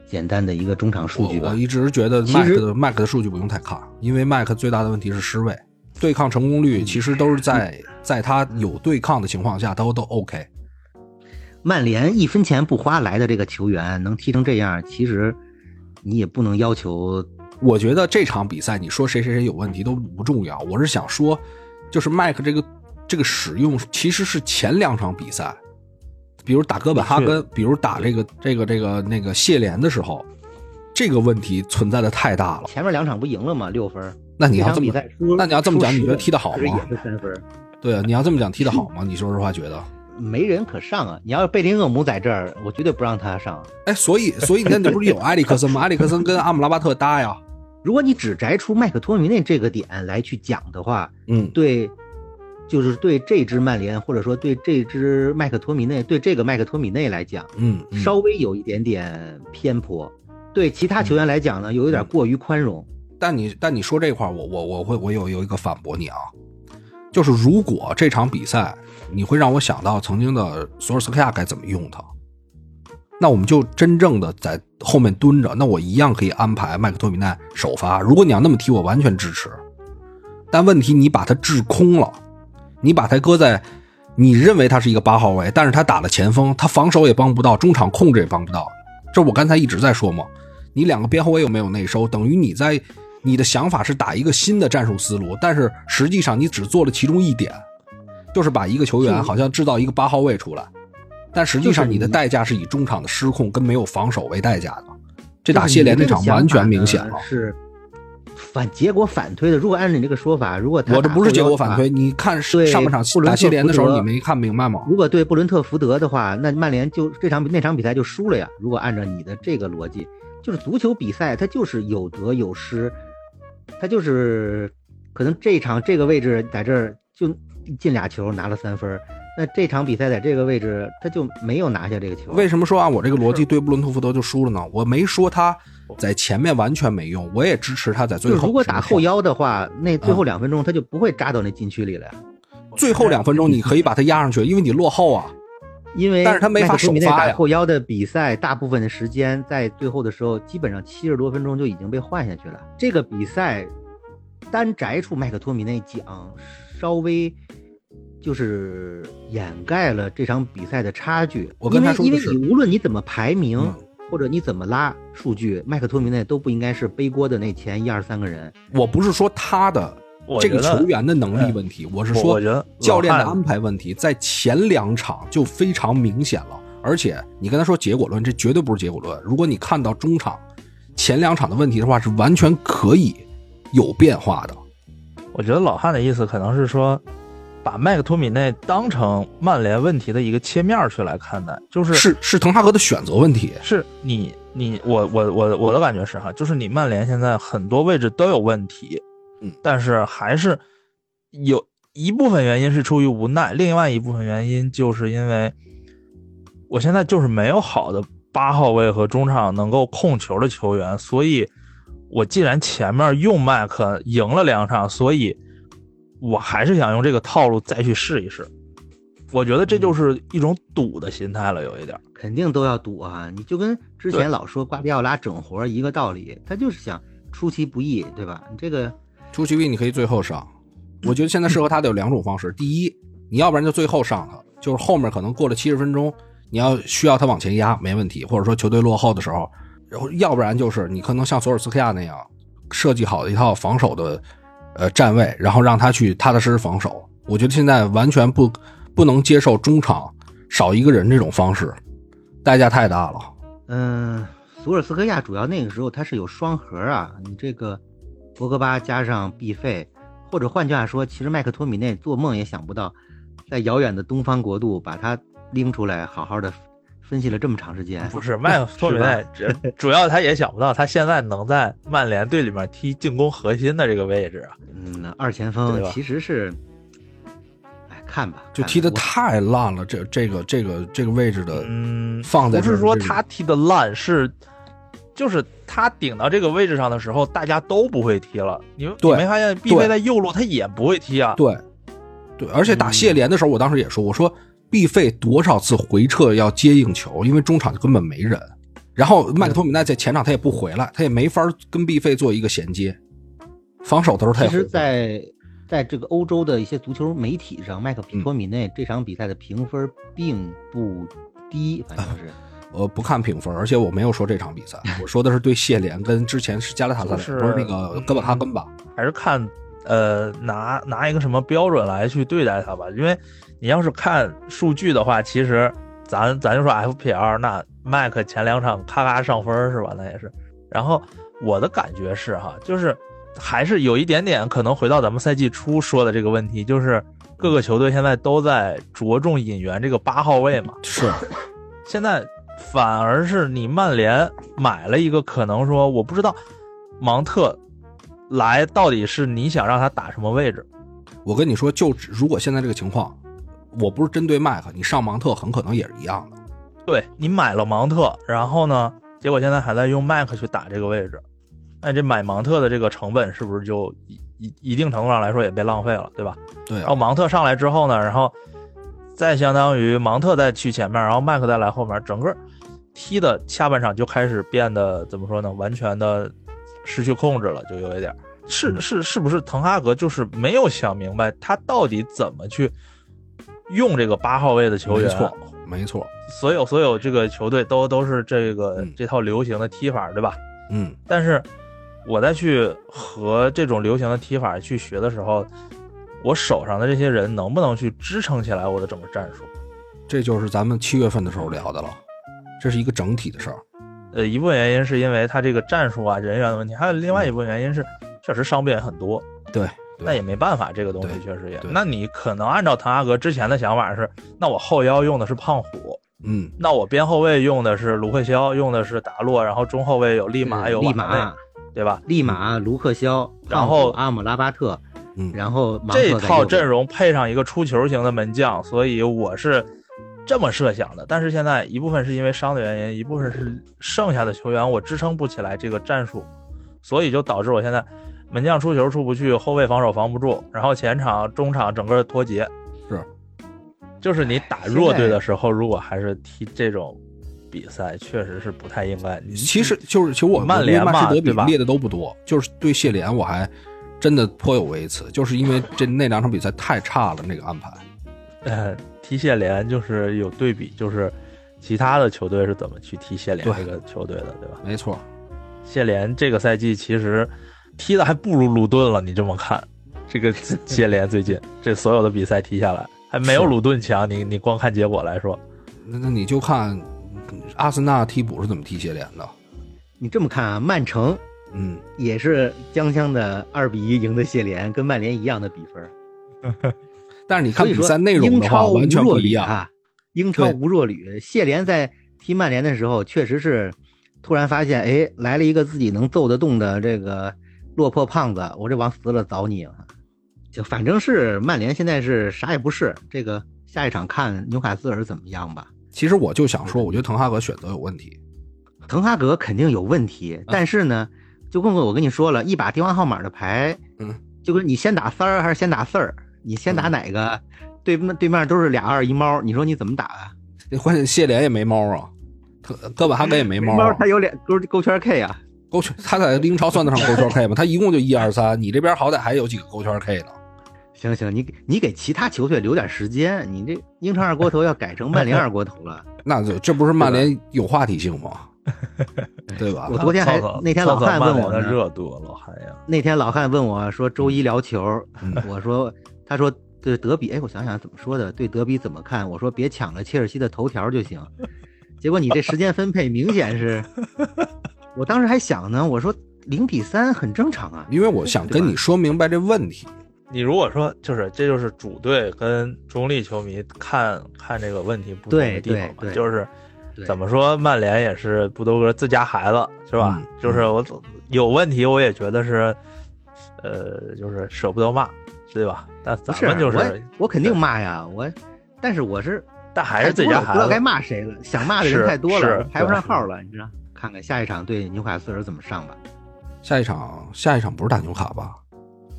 S3: 简单的一个中场数据
S1: 我
S3: 吧
S1: 我。一直觉得
S3: 其
S1: 麦克
S3: 实
S1: 的麦克的数据不用太看，因为麦克最大的问题是失位，对抗成功率其实都是在在他有对抗的情况下都都 OK。
S3: 曼联一分钱不花来的这个球员能踢成这样，其实你也不能要求
S1: 我觉得这场比赛你说谁谁谁有问题都不重要，我是想说，就是麦克这个这个使用其实是前两场比赛，比如打哥本哈
S4: 的
S1: 根，比如打这个这个这个那个谢联的时候，这个问题存在的太大了。
S3: 前面两场不赢了吗？六分儿。
S1: 那你
S3: 这
S1: 要
S3: 场
S1: 这
S3: 比
S1: 么
S3: 赛输，
S1: 那你要这么讲
S3: 输
S1: 你觉得
S3: 10
S1: 踢得好吗
S3: 其实也是三分儿，
S1: 对啊，你要这么讲踢得好吗？你说实话觉得。
S3: 没人可上啊！你要是贝林厄姆在这儿，我绝对不让他上。
S1: 哎，所以所以你看，这不是有埃里克森吗？埃里克森跟阿姆拉巴特搭呀。
S3: 如果你只摘出麦克托米内这个点来去讲的话，
S1: 嗯，
S3: 对，就是对这支曼联，或者说对这支麦克托米内，对这个麦克托米内来讲，
S1: 嗯，嗯
S3: 稍微有一点点偏颇；对其他球员来讲呢，有
S1: 嗯
S3: 一点过于宽容。
S1: 但你但你说这块儿，我我我会我有有一个反驳你啊，就是如果这场比赛你会让我想到曾经的索尔斯克亚该怎么用他，那我们就真正的在后面蹲着，那我一样可以安排麦克托米奈首发。如果你要那么踢，我完全支持。但问题你把他置空了，你把他搁在你认为他是一个八号位，但是他打了前锋，他防守也帮不到，中场控制也帮不到。这我刚才一直在说嘛，你两个边后卫又没有内收，等于你在你的想法是打一个新的战术思路，但是实际上你只做了其中一点，就是把一个球员好像制造一个八号位出来，但实际上你的代价是以中场的失控跟没有防守为代价的。这打谢联那场完全明显了。
S3: 是反结果反推的。如果按照你这个说法，如果他
S1: 我这
S3: 打
S1: 不是
S3: 后
S1: 结
S3: 腰
S1: 果
S3: 的
S1: 反
S3: 话
S1: 推，你看
S3: 对
S1: 上半场
S3: 布伦
S1: 打
S3: 特
S1: 谢联的时
S3: 福
S1: 候，
S3: 德
S1: 你没看明白吗？
S3: 如果对布伦特福德的话，那曼联就这场那场比赛就输了呀。如果按照你的这个逻辑，就是足球比赛它就是有得有失，它就是可能这场这个位置在这儿就进俩球拿了三分儿，那这场比赛在这个位置他就没有拿下这个球。
S1: 为什么说啊按我这个逻辑对布伦特福德就输了呢？我没说他在前面完全没用，我也支持他在最
S3: 就是
S1: 后。
S3: 如果打后，腰的话，那最
S1: 嗯
S3: 后两分钟他就不会扎到那禁区里了呀，
S1: 最后两分钟你可以把他压上去，因为你落后啊。
S3: 因为
S1: 但是他没法
S3: 麦克托米
S1: 首
S3: 内
S1: 发呀
S3: 打后腰的比赛，大部分的时间在最后的时候，基本上七十多分钟就已经被换下去了。这个比赛单摘出麦克托米内讲，稍微就是掩盖了这场比赛的差距。
S1: 我跟他说
S3: 因为
S1: 的是
S3: 因为你无论你怎么排名、
S1: 嗯
S3: 或者你怎么拉数据，麦克托米内都不应该是背锅的那前一二三个人。
S1: 我不是说他的
S4: 我
S1: 这
S4: 觉
S1: 个
S4: 得哎
S1: 球员的能力问题，我是
S4: 我
S1: 说
S4: 我觉得
S1: 教练的
S4: 老汉
S1: 安排问题，在前两场就非常明显了。而且你跟他说结果论，这绝对不是结果论。如果你看到中场前两场的问题的话，是完全可以有变化的。
S4: 我觉得老汉的意思可能是说，把麦克托米内当成曼联问题的一个切面儿去来看待，就是
S1: 是是滕哈格的选择问题，
S4: 是你你我我我我的感觉是哈，就是你曼联现在很多位置都有问题，
S1: 嗯
S4: 但是还是有一部分原因是出于无奈，另外一部分原因就是因为我现在就是没有好的八号位和中场能够控球的球员，所以我既然前面用麦克赢了两场，所以我还是想用这个套路再去试一试。我觉得这就是一种赌的心态了，有一点儿。
S3: 肯定都要赌啊！你就跟之
S4: 对
S3: 前老说瓜迪奥拉整活儿一个道理，他就是想出其不意，对吧？你这个
S1: 出其不意你可以最后上。我觉得现在适合他的有两种方式：第一，你要不然就最后上他，就是后面可能过了七十分钟，你要需要他往前压，没问题；或者说球队落后的时候，然后要不然就是你可能像索尔斯克亚那样设计好一套防守的呃站位，然后让他去踏踏实实防守。我觉得现在完全不不能接受中场少一个人这种方式，代价太大了。
S3: 嗯、索尔斯克亚主要那个时候他是有双核啊，你这个博格巴加上毕费，或者换句话说，其实麦克托米内做梦也想不到，在遥远的东方国度把他拎出来，好好的分析了这么长时间。
S4: 不是麦克托米奈，主主要他也想不到，他现在能在曼联队里面踢进攻核心的这个位置啊。
S3: 嗯，二前
S4: 对
S3: 锋
S4: 吧
S3: 其实是，哎，看吧，
S1: 就
S3: 看
S1: 踢
S3: 吧
S1: 得
S3: 我
S1: 太烂了，这这个这个这个位置的
S4: 嗯，
S1: 放在
S4: 不
S1: 这
S4: 是
S1: 儿
S4: 说
S1: 这个
S4: 他踢的烂，是就是他顶到这个位置上的时候，大家都不会踢了。你们你
S1: 对
S4: 没发现毕
S1: 对
S4: 飞在右路他也不会踢啊？
S1: 对，对，而且打谢联的时候，我当时也说，我说必费多少次回撤要接应球，因为中场就根本没人。然后麦克托米奈在前场他也不回来，他也没法跟毕费做一个衔接，防守的时候他也
S3: 其
S1: 回
S3: 实
S1: 不来
S3: 在，在这个欧洲的一些足球媒体上，麦克皮托米内这场比赛的评分并不低，反正是。
S1: 我呃不看评分，而且我没有说这场比赛，我说的是对谢联跟之前是加拉塔萨
S4: 就
S1: 雷
S4: 是
S1: 不是那个哥本哈根
S3: 嗯
S1: 吧？
S4: 还是看呃拿拿一个什么标准来去对待它吧，因为你要是看数据的话，其实咱咱就说 FPL 那麦克前两场咔咔上分儿是吧？那也是。然后我的感觉是哈，就是还是有一点点可能回到咱们赛季初说的这个问题，就是各个球队现在都在着重引援这个八号位嘛，
S1: 是，
S4: 现在反而是你曼联买了一个可能说我不知道芒特来到底是你想让他打什么位置，
S1: 我跟你说，就只如果现在这个情况，我不是针对麦克，你上芒特很可能也是一样的。
S4: 对你买了芒特，然后呢，结果现在还在用麦克去打这个位置，那这买芒特的这个成本是不是就一一一定程度上来说也被浪费了，对吧？
S1: 对
S4: 然后
S3: 哦
S1: 啊，
S4: 芒特上来之后呢，然后再相当于芒特再去前面，然后麦克再来后面，整个踢的下半场就开始变得怎么说呢？完全的失去控制了，就有一点儿
S1: 嗯
S4: 是是是不是滕哈格就是没有想明白他到底怎么去用这个八号位的球员？
S1: 没错，没错，
S4: 所有所有这个球队都都是这个、
S1: 嗯
S4: 这套流行的踢法，对吧？
S1: 嗯，
S4: 但是我再去和这种流行的踢法去学的时候，我手上的这些人能不能去支撑起来我的整个战术？
S1: 这就是咱们七月份的时候聊的了，这是一个整体的事儿。
S4: 呃，一部分原因是因为他这个战术啊人员的问题，还有另外一部分原因是确实伤病也很多，
S1: 对，
S4: 那也没办法，这个东西
S1: 对
S4: 确实也
S1: 对。
S4: 那你可能按照滕哈格之前的想法是，那我后腰用的是胖虎，
S1: 嗯，
S4: 那我边后卫用的是卢克肖，用的是达洛，然后中后卫有利马哎有
S3: 利
S4: 瓦内
S3: 马、
S4: 对吧？
S3: 利马、卢克肖，
S4: 然后
S3: 胖虎阿姆拉巴特，
S1: 嗯
S3: 然后芒特在
S4: 这
S3: 右边
S4: 套阵容配上一个出球型的门将，所以我是这么设想的。但是现在一部分是因为伤的原因，一部分是剩下的球员我支撑不起来这个战术，所以就导致我现在门将出球出不去，后卫防守防不住，然后前场、中场整个脱节。
S1: 是，
S4: 就是你打弱队的时候，如果还是踢这种比赛，确实是不太应该。你
S1: 其
S3: 嗯
S1: 实就是其实我
S4: 曼联
S1: 我对
S4: 嘛
S1: 曼市德比
S4: 对吧
S1: 列的都不多，就是对谢联我还真的颇有微词，就是因为这那两场比赛太差了，那个安排。
S4: 呃，踢谢联就是有对比，就是其他的球队是怎么去踢谢联
S1: 对
S4: 这个球队的，对吧？
S1: 没错，
S4: 谢联这个赛季其实踢的还不如鲁顿了，你这么看，这个谢联最近这所有的比赛踢下来还没有
S1: 是
S4: 鲁顿强，你你光看结果来说，
S1: 那那你就看阿森纳替补是怎么踢谢联的。
S3: 你这么看啊，曼城
S1: 嗯，
S3: 也是将将的二比一赢得谢联，跟曼联一样的比分。
S1: 但是你看
S3: 所以
S1: 比
S3: 说，
S1: 赛内容
S3: 英
S1: 的话，
S3: 超
S1: 完全
S3: 无弱
S1: 不
S3: 旅
S1: 一样。
S3: 啊！英超
S1: 对
S3: 无弱旅，谢联在踢曼联的时候，确实是突然发现，哎，来了一个自己能揍得动的这个落魄胖子，我这往死了凿你啊！就反正是曼联现在是啥也不是，这个下一场看纽卡斯尔怎么样吧。
S1: 其实我就想说，我觉得滕哈格选择有问题。
S3: 滕哈格肯定有问题，
S1: 嗯
S3: 但是呢，就跟我我跟你说了一把电话号码的牌，
S1: 嗯，
S3: 就跟你先打三儿还是先打四儿，你先打哪个，对面对面都是俩二一猫，你说你怎么打啊？
S1: 那关键谢联也没猫啊，哥哥本哈根也没猫、
S3: 猫
S1: 啊。
S3: 他有俩勾勾圈 K 啊，
S1: 勾圈，他在英超算得上勾圈 K 吗？他一共就一二三，你这边好歹还有几个勾圈 K 呢？
S3: 行行，你你给其他球队留点时间，你这英超二锅头要改成曼联二锅头了。
S1: 那就这不是曼联有话题性吗？对吧
S3: 我？昨天还
S4: 操操
S3: 那天老
S4: 操操
S3: 汉
S4: 曼
S3: 问
S4: 联
S3: 我
S4: 的
S3: 呢
S4: 热度，老汉呀，
S3: 那天老汉问我说周一聊球，
S1: 嗯
S3: 我说他说对德比，哎，我想想怎么说的，对德比怎么看？我说别抢了切尔西的头条就行。结果你这时间分配明显是，我当时还想呢，我说零比三很正常啊，
S1: 因为我想跟你说明白这问题。
S4: 你如果说就是这就是主队跟中立球迷看看这个问题不同的
S3: 对
S4: 地方吧
S3: 对，对
S4: 就是
S3: 对
S4: 怎么说，曼联也是布多格自家孩子，是吧？
S1: 嗯
S4: 就是我有问题，我也觉得是，呃，就是舍不得骂，对吧？但
S3: 不
S4: 咱
S3: 是
S4: 们就
S3: 我
S4: 是
S3: 也，我肯定骂呀，我，但是我是
S4: 但还是自己家
S3: 太多了
S4: 孩
S3: 哎不知道该
S4: 子。
S3: 骂谁了，想骂的人
S4: 是
S3: 太多
S4: 是
S3: 了，排不上
S4: 对
S3: 号了，你知道？看看下一场对纽卡斯尔怎么上吧。
S1: 下一场，下一场不是打纽卡吧？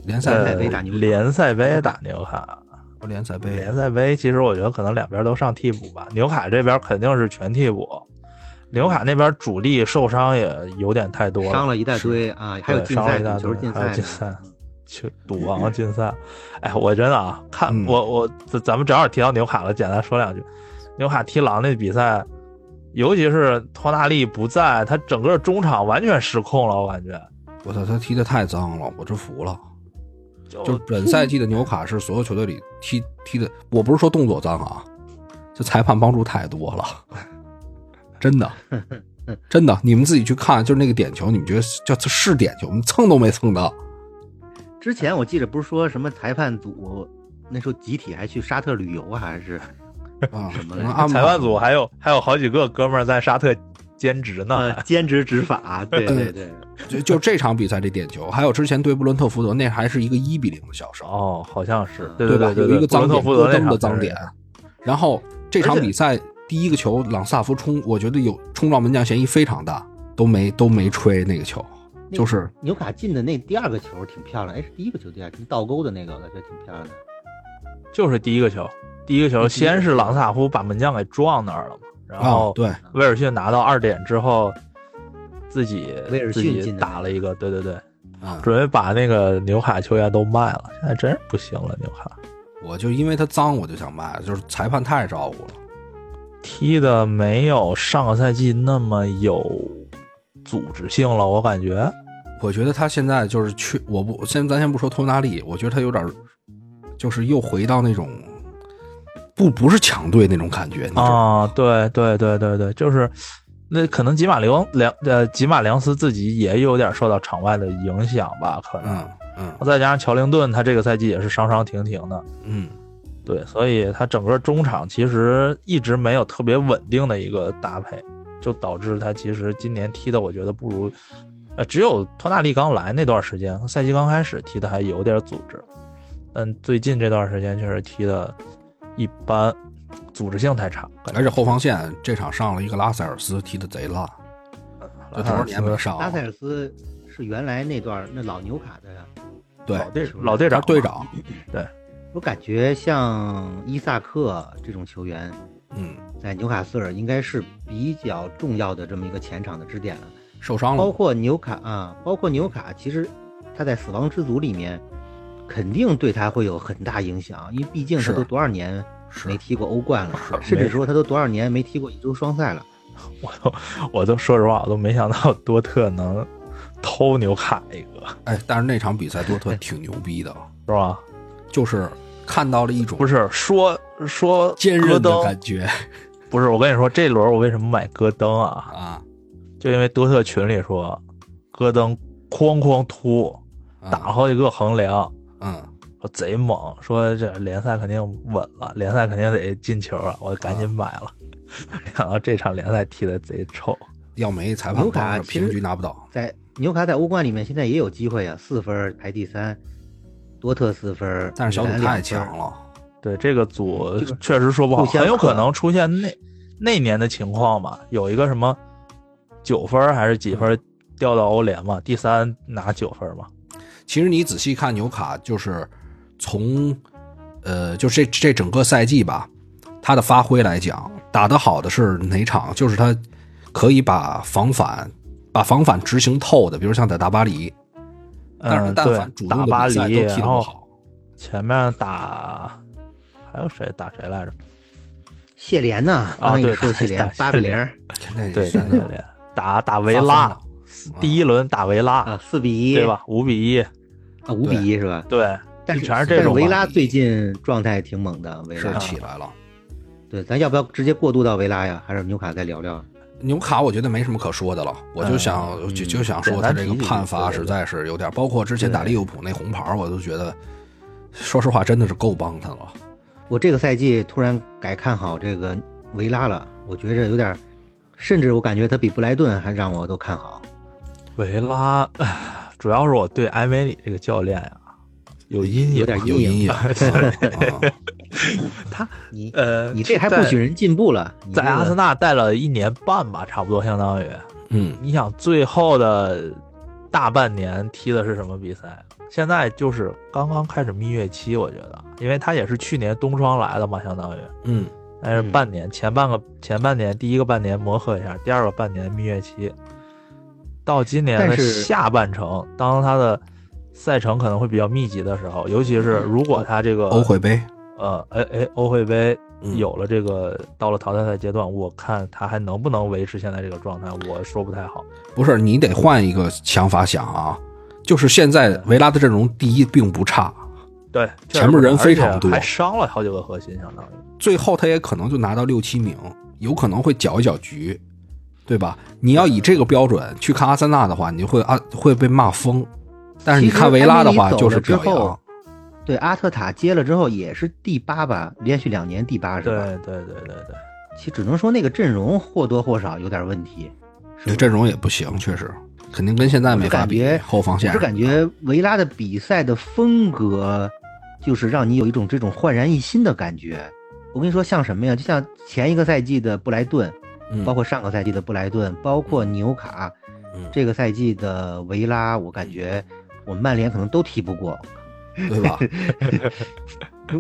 S1: 联赛
S4: 呃
S3: 联赛杯打纽卡
S4: 联赛杯打纽卡，
S1: 不联赛杯
S4: 联赛杯其实我觉得可能两边都上替补吧。纽卡这边肯定是全替补，纽卡那边主力受伤也有点太多了，
S3: 伤了一大堆啊，还有
S4: 对
S3: 竞
S4: 伤了
S3: 赛，
S4: 一大
S3: 赌球
S4: 堆
S3: 竞
S4: 还有
S3: 赛
S4: 竞赛，去赌王竞赛。哎，我真的啊，看
S1: 嗯
S4: 我我咱咱们正好提到纽卡了，简单说两句。纽卡踢狼那比赛，尤其是托纳利不在，他整个中场完全失控了，我感觉。
S1: 我操，他踢的太脏了，我真服了。
S4: 就
S1: 就是本赛季的纽卡是所有球队里踢踢的，我不是说动作脏啊，这裁判帮助太多了，真 的，真的，你们自己去看，就是那个点球，你们觉得叫是点球，我们蹭都没蹭 到，
S3: 之前我记得不是说什么裁判组那时候集体还去沙特旅游啊，还 是
S1: 啊，
S3: 什么
S1: 可能安排
S4: 裁判组还有还有好几个哥们儿在沙特兼职呢，
S3: 呃兼职执法？对对 对，
S1: 就就这场比赛这点球，还有之前对布伦特福德那还是一个一比零的小胜，
S4: 哦，好像是对
S1: 吧？
S4: 对对，
S1: 有一个脏
S4: 布
S1: 点，
S4: 伦特福德
S1: 戈
S4: 那
S1: 登的
S4: 场
S1: 脏
S4: 真是
S1: 点，然后这场
S4: 而且
S1: 比赛第一个球，朗萨福冲，我觉得有冲撞门将嫌疑非常大，都没都没吹那个球，
S3: 那
S1: 就是
S3: 纽卡进的那第二个球挺漂亮，哎，是第一个球第二个，倒钩的那个，我觉得挺漂亮的。
S4: 就是第一个球，第一个球先是朗萨夫把门将给撞那儿了嘛，然
S1: 啊
S4: 后，
S1: 对，
S4: 威尔逊拿到二点之后，自己
S3: 威尔
S4: 自
S3: 逊
S4: 己
S3: 进的
S4: 打了一个，对对对，
S1: 啊，
S4: 准备把那个纽卡球员都卖了，现在真是不行了，纽卡
S1: 我就因为他脏，我就想卖，就是裁判太照顾了。
S4: 踢的没有上个赛季那么有组织性了，我感觉
S1: 我觉得他现在就是去，我不先咱先不说托纳利，我觉得他有点儿，就是又回到那种不不是强队那种感觉，你知道吗？
S4: 啊，对对对对对，就是那可能吉马良良呃吉马良斯自己也有点受到场外的影响吧，可能。
S1: 嗯嗯
S4: 再加上乔林顿，他这个赛季也是伤伤停停的，
S1: 嗯，
S4: 对，所以他整个中场其实一直没有特别稳定的一个搭配，就导致他其实今年踢的我觉得不如，呃，只有托纳利刚来那段时间，赛季刚开始踢的还有点组织，但最近这段时间确实踢的一般，组织性太差，感觉
S1: 而且后防线这场上了一个拉塞尔斯，踢的贼烂，这多少年
S4: 啊
S1: 没上
S3: 拉
S1: 了
S3: 塞？尔斯是原来那段儿那老纽卡的
S1: 对，
S4: 老队老队
S1: 他是
S4: 长
S1: 队
S4: 嘛，
S1: 长，
S3: 我感觉像伊萨克这种球员，
S1: 嗯，
S3: 在纽卡斯尔应该是比较重要的这么一个前场的支点了。
S1: 受
S4: 嗯
S1: 伤
S3: 包
S1: 了，
S3: 括纽卡啊，包括纽卡，其实他在死亡之组里面，肯定对他会有很大影响，因为毕竟他
S1: 是
S3: 都多少年
S1: 是
S3: 没踢过欧冠了，
S1: 是
S3: 甚至
S4: 没
S3: 说他都多少年没踢过一周双赛了。
S4: 我都我都说实话，我都没想到多特能偷纽卡一个，
S1: 哎，但是那场比赛多特挺牛逼的，
S4: 是吧？
S1: 就是看到了一种
S4: 不是说说
S1: 坚
S4: 戈
S1: 韧的
S4: 登
S1: 感觉
S4: 不是，我跟你说，这轮我为什么买戈登啊？
S1: 啊，
S4: 就因为多特群里说，戈登哐哐突，
S1: 嗯
S4: 打了好几个横梁，
S1: 嗯，
S4: 说贼猛，说这联赛肯定稳了，联赛肯定得进球了，我赶
S1: 啊
S4: 紧买了。 没想到这场联赛踢得贼臭，
S1: 要没裁判
S3: 纽
S1: 帮
S3: 卡
S1: 着，
S3: 其
S1: 平
S3: 实
S1: 局拿不到，
S3: 在纽卡在欧冠里面现在也有机会啊，四分排第三，多特四分，
S1: 但是小
S4: 哎
S3: 米兰
S1: 组太
S3: 两分
S1: 强，了，
S4: 对这个组
S3: 这个
S4: 确实说不好，
S3: 互相
S4: 很有可
S3: 克
S4: 能出现那那年的情况嘛，有一个什么九分还是几
S1: 嗯
S4: 分掉到欧联嘛，第三拿九分嘛，
S1: 其实你仔细看纽卡，就是从呃，就这这整个赛季吧，他的发挥来讲，打得好的是哪场？就是他可以把防反把防反执行透的，比如像在大巴黎，但是
S4: 嗯，
S1: 但
S4: 对
S1: 凡主，
S4: 打
S1: 动的
S4: 巴
S1: 比赛
S4: 黎，
S1: 都踢得
S4: 然
S1: 不
S4: 后
S1: 好。
S4: 前面打还有谁打谁来着？
S3: 谢联呐，刚才你
S4: 啊对
S3: 说
S4: 打
S3: 谢联
S4: 打
S3: 八比
S4: 谢
S3: 零
S4: 联
S1: 那
S4: 对，
S1: 真的
S4: 打打维
S1: 发疯
S4: 拉
S1: 了，
S4: 第一轮打维
S3: 啊
S4: 拉，，
S3: 四比一
S4: 对？吧？五比一，
S3: 啊，五比一是吧？
S4: 对，
S3: 但是
S4: 全是
S3: 但
S4: 这
S3: 是
S4: 种
S3: 维
S4: 吧
S3: 拉最近状态挺猛的，维
S1: 是
S4: 啊
S3: 拉
S1: 起来了。
S3: 对，咱要不要直接过渡到维拉呀？还是纽卡再聊聊？
S1: 纽卡我觉得没什么可说的了，我就想、
S3: 嗯
S1: 就就想
S4: 简
S1: 说他
S4: 单
S1: 这个
S4: 提几句
S1: 判罚
S4: 对
S1: 实
S4: 对
S1: 在是有点，包括之前打
S4: 对
S1: 利物浦那红牌，我都觉得，说实话真的是够帮他了。
S3: 我这个赛季突然改看好这个维拉了，我觉着有点儿，甚至我感觉他比布莱顿还让我都看好。
S4: 维拉，唉主要是我对埃梅里这个教练呀、有阴影，
S3: 有点
S1: 有阴影。 嗯嗯
S3: 你
S4: 呃，
S3: 你这还不
S4: 在
S3: 许人进步了？你
S4: 在
S3: 这个
S4: 阿森纳待了一年半吧，差不多相当于，
S1: 嗯，
S4: 你想最后的大半年踢的是什么比赛？现在就是刚刚开始蜜月期，我觉得，因为他也是去年冬窗来的嘛，相当于，
S1: 嗯，
S4: 但是
S3: 嗯
S4: 半年、前半个前半年第一个半年磨合一下，第二个半年蜜月期，到今年的
S3: 但是
S4: 下半程，当他的赛程可能会比较密集的时候，尤其
S3: 嗯
S4: 是如果他这个
S1: 欧会杯，
S4: 呃哎哎欧会杯
S1: 嗯
S4: 有了这个到了淘汰赛阶段，我看他还能不能维持现在这个状态，我说不太好。
S1: 不是你得换一个想法想啊，就是现在维拉的阵容第一并不差，
S4: 对，确实
S1: 前面
S4: 不
S1: 人
S4: 能
S1: 非
S4: 而且
S1: 常多
S4: 还伤了好几个核心，相当于。
S1: 最后他也可能就拿到六七名，有可能会搅一搅局，对吧？你要以这个标准去看阿森纳的话，你就会啊会被骂疯。但是你
S3: 其实
S1: 看维拉的话，
S3: 埃梅里
S1: 就是
S3: 走了
S1: 表
S3: 之后
S1: 扬。
S3: 对阿特塔接了之后也是第八吧，连续两年第八是
S4: 对
S3: 吧？
S4: 对对对对，
S3: 其实只能说那个阵容或多或少有点问题。是
S1: 对
S3: 吧
S1: 阵容也不行，确实，肯定跟现在没法比
S3: 我是感觉。
S1: 后防
S3: 我
S1: 线
S3: 是感觉维拉的比赛的风格，就是让你有一种这种焕然一新的感觉。我跟你说，像什么呀？就像前一个赛季的布莱顿，
S1: 嗯
S3: 嗯包括上个赛季的布莱顿，包括纽卡，
S1: 嗯
S3: 这个赛季的维拉，我感觉我们曼联可能都踢不过。
S1: 对吧？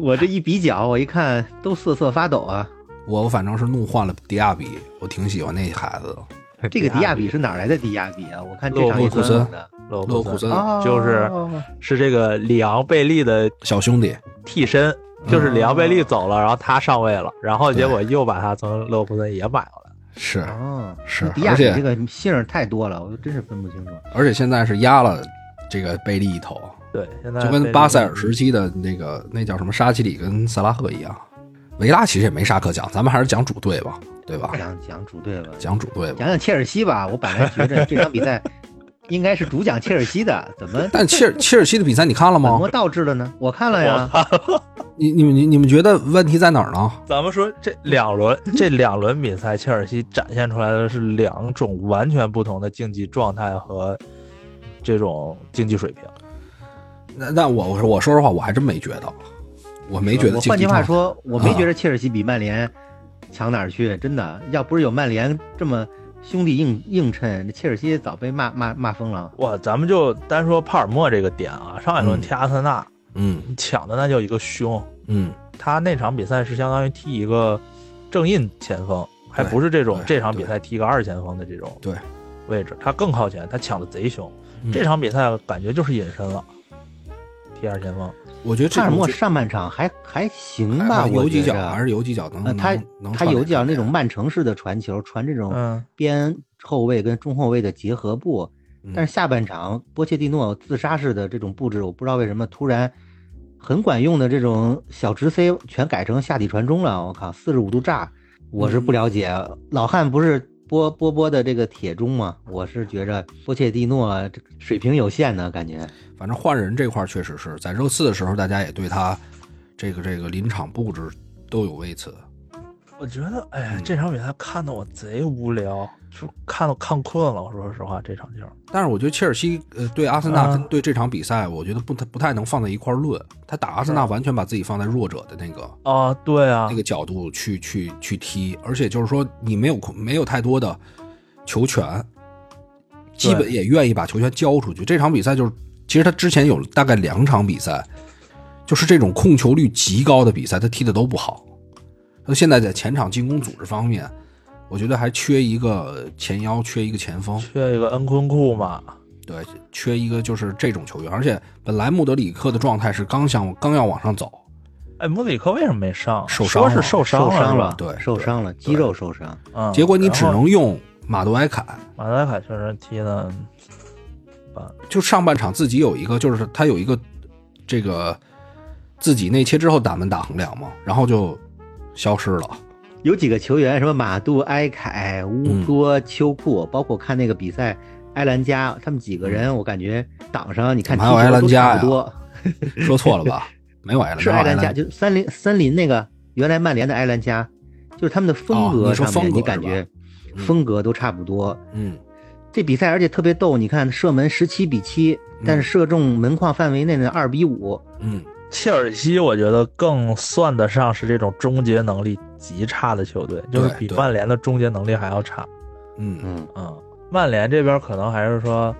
S3: 我这一比较，我一看都瑟瑟发抖啊。
S1: 我反正是怒换了迪亚比，我挺喜欢那孩子的，
S3: 这个迪亚比是哪儿来的迪亚比啊？我看这
S4: 勒
S3: 场
S1: 沃
S3: 也
S1: 库
S3: 挺
S1: 森
S3: 猛的嗯
S4: 勒
S1: 勒沃
S4: 沃
S1: 库
S4: 库
S1: 森
S4: 森
S3: 啊，
S4: 就是是这个里昂贝利的
S1: 小兄弟，
S4: 替身，就是里昂贝利走了，然后他上位了，然后结果又把他从勒沃库森也买了。
S1: 是
S3: 哦，
S1: 是
S3: 迪亚
S1: 而
S3: 比
S1: 且
S3: 这个姓儿太多了，我真是分不清楚。
S1: 而且现在是压了这个贝利一头，
S4: 对，现在
S1: 就
S4: 贝
S1: 跟
S4: 利
S1: 巴塞尔时期的那个那叫什么沙奇里跟萨拉赫一样。维拉其实也没啥可讲，咱们还是讲主队吧，对吧？
S3: 讲讲主队吧，
S1: 讲主队吧。
S3: 讲讲切尔西吧。我本来觉着这场比赛应该是主讲切尔西的，怎 么
S1: 但切尔切尔西的比赛你看了
S3: 本
S1: 吗
S3: 末？倒置了呢？我看了呀，
S1: 你你们你你们觉得问题在哪儿呢？
S4: 咱们说这两轮， 这两轮比赛，切尔西展现出来的是两种完全不同的竞技状态和这种竞技水平。
S1: 那那我我说我说实话，我还真没觉得，我没觉得啊
S3: 我
S1: 竞
S3: 换
S1: 技
S3: 句
S1: 状态。
S3: 话说，我没觉得切尔西比曼联强哪儿去，真的。要不是有曼联这么兄弟硬硬衬，那切尔西早被骂骂骂疯了。
S4: 哇，咱们就单说帕尔默这个点啊，上一轮
S1: 嗯
S4: 踢阿森纳、
S1: 嗯
S4: 抢的那叫一个凶，
S1: 嗯，
S4: 他那场比赛是相当于踢一个正印前锋，还不是这种
S1: 对
S4: 这场比赛踢一个二前锋的这种
S1: 对
S4: 位置，他更靠前，他抢的贼凶。
S1: 嗯
S4: 这场比赛感觉就是隐身了，踢二前锋。
S1: 我觉得这
S3: 帕尔
S1: 种
S3: 默
S1: 就
S3: 上半场还还行
S1: 还
S3: 吧，
S1: 还
S3: 我
S1: 有几
S3: 觉
S1: 脚
S3: 着
S1: 还是有几脚能
S3: 呃，
S1: 能
S3: 他
S1: 能
S3: 他
S1: 传
S3: 有
S1: 点
S3: 脚那
S1: 点
S3: 种曼城式的传球，传这种
S4: 嗯，
S3: 边后卫跟中后卫的结合步。
S1: 嗯
S3: 但是下半场波切蒂诺自杀式的这种布置，我不知道为什么突然很管用的这种小直塞全改成下底传中了。我靠，四十五度炸，我是不了解。老汉不是波波波的这个铁中吗？我是觉着波切蒂诺这个水平有限呢，感觉。
S1: 反正换人这块儿确实是在热刺的时候，大家也对他这个这个临场布置都有微词。
S4: 我觉得，哎呀
S1: 嗯，
S4: 这场比赛看的我贼无聊，就看都看困了。我说实话，这场球，
S1: 但是我觉得切尔西呃对阿森纳跟
S4: 啊
S1: 对这场比赛，我觉得不太不太能放在一块儿论。他打阿森纳完全把自己放在弱者的那个
S4: 啊，对啊
S1: 那，个角度去去去踢，而且就是说你没有空没有太多的球权，基本也愿意把球权交出去。这场比赛就是，其实他之前有大概两场比赛，就是这种控球率极高的比赛，他踢的都不好。他现在在前场进攻组织方面，我觉得还缺一个前腰，缺一个前锋，
S4: 缺一个恩昆库嘛，
S1: 对，缺一个就是这种球员。而且本来穆德里克的状态是刚想刚要往上走，
S4: 哎，穆里克为什么没上？
S1: 受伤
S4: 说是
S1: 了
S4: 受伤
S3: 受伤
S4: 是
S3: 了
S4: 吧，
S1: 对
S3: 受伤了，肌肉受伤。
S4: 嗯，
S1: 结果你只
S4: 然后
S1: 能用马杜埃凯。
S4: 马德凯确实踢的，
S1: 就上半场自己有一个，就是他有一个这个自己内切之后打门打横梁嘛，然后就消失了。
S3: 有几个球员，什么马杜埃凯、乌托丘库，包括看那个比赛，埃兰加，他们几个人，我感觉档上你看踢
S1: 嗯怎么还有
S3: 球
S1: 埃兰
S3: 都
S1: 加
S3: 差
S1: 呀
S3: 不多，
S1: 说错了 吧？没有埃兰，
S3: 是
S1: 没有
S3: 埃
S1: 埃
S3: 兰加，就森林森林那个原来曼联的埃兰加，就是他们的风
S1: 哦
S3: 格
S1: 你说
S3: 上
S1: 风
S3: 面，
S1: 格
S3: 你感
S1: 是吧
S3: 觉
S1: 嗯
S3: 风格都差不多。
S1: 嗯，
S3: 这比赛而且特别逗，你看射门十七比七，但是射中门框范围内的二比五，
S1: 嗯，
S4: 切尔西我觉得更算得上是这种终结能力极差的球队，就是
S1: 对
S4: 比
S1: 对
S4: 曼联的终结能力还要差。
S1: 嗯，
S3: 嗯，
S4: 嗯，曼联这边可能还是说，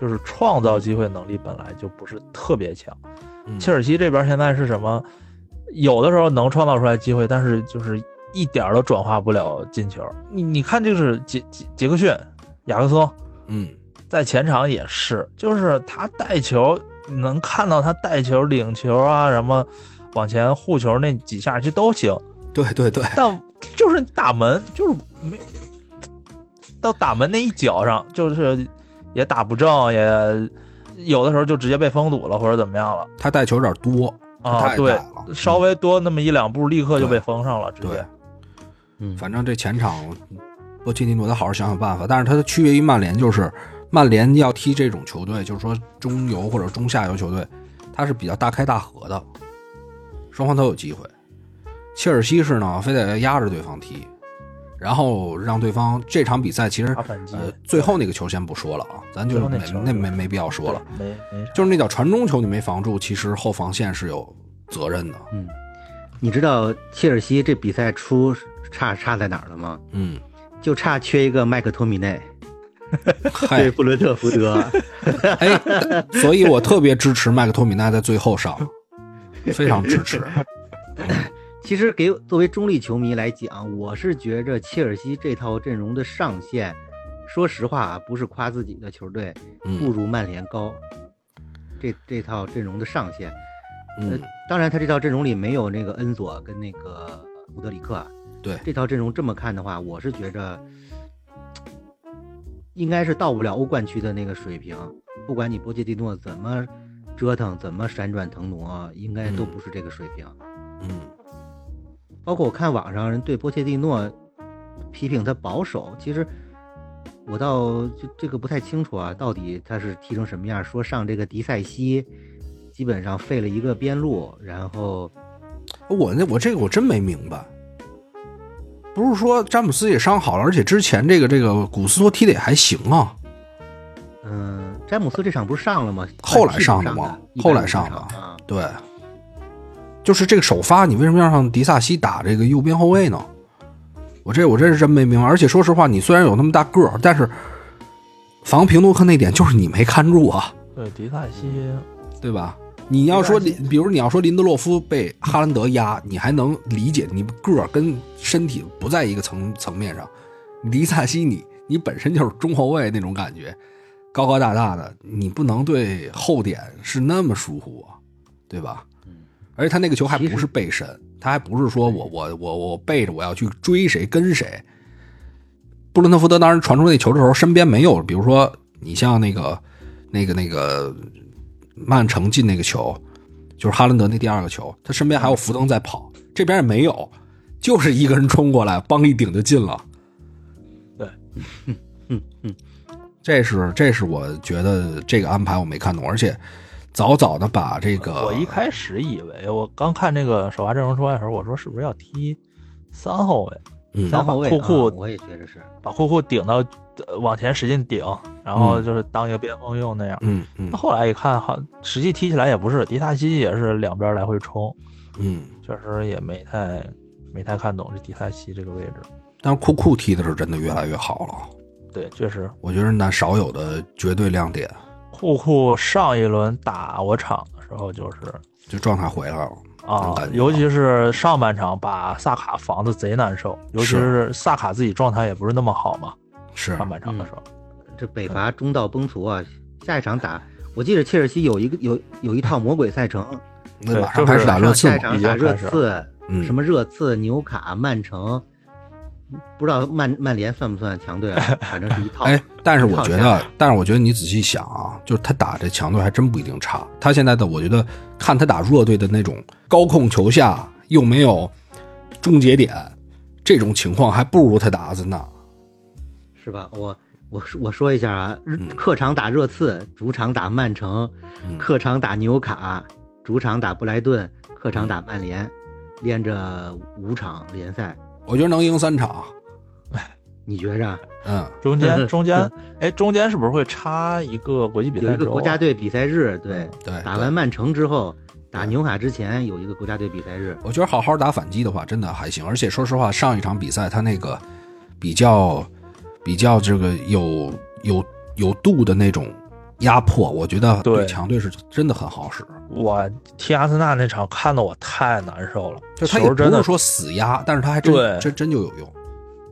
S4: 就是创造机会能力本来就不是特别强。
S1: 嗯，
S4: 切尔西这边现在是什么？有的时候能创造出来机会，但是就是一点儿都转化不了进球。你你看，就是杰杰杰克逊、雅克松
S1: 嗯，
S4: 在前场也是，就是他带球，你能看到他带球、领球啊，什么往前护球那几下其实都行，
S1: 对对对，
S4: 但就是打门就是没到打门那一脚上，就是也打不正，也有的时候就直接被封堵了或者怎么样了。
S1: 他带球有点多他
S4: 啊，
S1: 太
S4: 对
S1: 大了，
S4: 稍微多那么一两步，立刻就
S1: 对
S4: 被封上了，直
S1: 对
S4: 接。
S3: 嗯
S1: 反正这前场波切蒂诺得好好想想办法。但是他的区别于曼联就是，曼联要踢这种球队，就是说中游或者中下游球队，他是比较大开大合的，双方都有机会。切尔西是呢，非得压着对方踢，然后让对方这场比赛其实
S4: 打反击
S1: 呃最后那个球先不说了啊，咱就
S4: 最后
S1: 没
S4: 那球
S1: 那没没必要说了，
S4: 没没啥。
S1: 就是那脚传中球你没防住，其实后防线是有责任的。
S3: 嗯，你知道切尔西这比赛出差差在哪儿了吗？
S1: 嗯，
S3: 就差缺一个麦克托米内。
S1: 嗨
S3: 对，布伦特福德，
S1: 哎，所以我特别支持麦克托米奈在最后上，非常支 持。
S3: 其实给作为中立球迷来讲，我是觉着切尔西这套阵容的上限，说实话啊，不是夸自己的球队，不
S1: 嗯
S3: 如曼联高。这这套阵容的上限，呃
S1: 嗯，，
S3: 当然他这套阵容里没有那个恩佐跟那个伍德里克啊。
S1: 对
S3: 这套阵容这么看的话，我是觉着应该是到不了欧冠区的那个水平。不管你波切蒂诺怎么折腾，怎么闪转腾挪，应该都
S1: 嗯
S3: 不是这个水平。
S1: 嗯，
S3: 包括我看网上人对波切蒂诺批评他保守，其实我倒就这个不太清楚啊，到底他是踢成什么样？说上这个迪塞西，基本上废了一个边路，然后
S1: 我那我这个我真没明白，不是说詹姆斯也伤好了，而且之前这个这个古斯托踢的也还行啊，
S3: 嗯，詹姆斯这场不是上了吗？
S1: 后来
S3: 换替补
S1: 上
S3: 上
S1: 的吗
S3: 150
S1: 后来上
S3: 场
S1: 的
S3: 啊，
S1: 对，就是这个首发，你为什么要让迪萨西打这个右边后卫呢？我这我这是真没明白。而且说实话，你虽然有那么大个儿，但是防平诺克那点就是你没看住啊，
S4: 对，迪萨西，
S1: 嗯对吧？你要说林，比如你要说林德洛夫被哈兰德压，你还能理解，你个儿跟身体不在一个层层面上。迪萨西你你本身就是中后卫那种感觉，高高大大的，你不能对后点是那么疏忽啊，对吧？而且他那个球还不是背身，他还不是说我我我我背着我要去追谁跟谁。布伦特福德当时传出那球的时候，身边没有，比如说你像那个那个那个曼城进那个球，就是哈兰德那第二个球，他身边还有福登在跑，这边也没有，就是一个人冲过来，帮一顶就进了。
S4: 对，
S3: 嗯嗯，
S1: 这是这是我觉得这个安排我没看懂，而且早早的把这个
S4: 我一开始以为我刚看这个首发阵容出来的时候，我说是不是要踢三后卫，
S1: 嗯
S3: 三后卫
S4: 库
S3: 啊
S4: 库
S3: 我也觉得是，
S4: 把库库顶到、呃往前使劲顶，然后就是当一个边锋用那样。
S1: 嗯嗯
S4: 那后来一看，好，实际踢起来也不是，迪萨西也是两边来回冲，
S1: 嗯，
S4: 确实也没太没太看懂这迪萨西这个位置。
S1: 但是库库踢的是真的越来越好了，
S4: 对，确实，
S1: 我觉得那少有的绝对亮点，
S4: 库库上一轮打我场的时候就是
S1: 就状态回来了。能
S4: 啊
S1: 感觉，到
S4: 尤其是上半场把萨卡防的贼难受，尤其
S1: 是
S4: 是萨卡自己状态也不是那么好嘛，
S1: 是
S4: 上半场的时候，
S3: 这北伐中道崩殂啊，下一场打，我记得切尔西有一个有有一套魔鬼赛程，
S1: 那
S4: 对
S1: 马上
S4: 就是
S1: 开始打热刺
S3: 下一
S1: 嘛，
S3: 场打热
S4: 已经
S3: 刺，
S1: 嗯，
S3: 什么热刺、纽卡、曼城，不知道曼曼联算不算强队 啊？反正是一套。
S1: 哎，但是我觉
S3: 靠
S1: 得，但是我觉得你仔细想啊，就是他打这强队还真不一定差。他现在的我觉得，看他打弱队的那种高控球下又没有终结点，这种情况还不如他打阿森纳。
S3: 是吧？我我说我说一下啊，日客场打热刺，主场打曼城，
S1: 嗯
S3: 客场打纽卡，主场打布莱顿，客场打曼联，连着五场联赛，
S1: 我觉得能赢三场，
S3: 你觉着
S1: 嗯，
S4: 中
S3: 嗯
S4: 间中间，哎，中间是不是会插一个国际比
S3: 有
S4: 赛
S3: 一个
S4: 周啊？
S3: 国家队比赛日，对，
S1: 嗯哎对，
S3: 打
S1: 对
S3: 完曼城之后，打纽卡之前有一个国家队比赛日，
S1: 我觉得好好打反击的话，真的还行。而且说实话，上一场比赛他那个比较比较这个有有有度的那种压迫，我觉得
S4: 对
S1: 对强队是真的很好使。
S4: 我踢阿森纳那场看的我太难受了，
S1: 就他也
S4: 球
S1: 不
S4: 真
S1: 是
S4: 的，
S1: 说死压，但是他还真
S4: 对
S1: 真真就有用。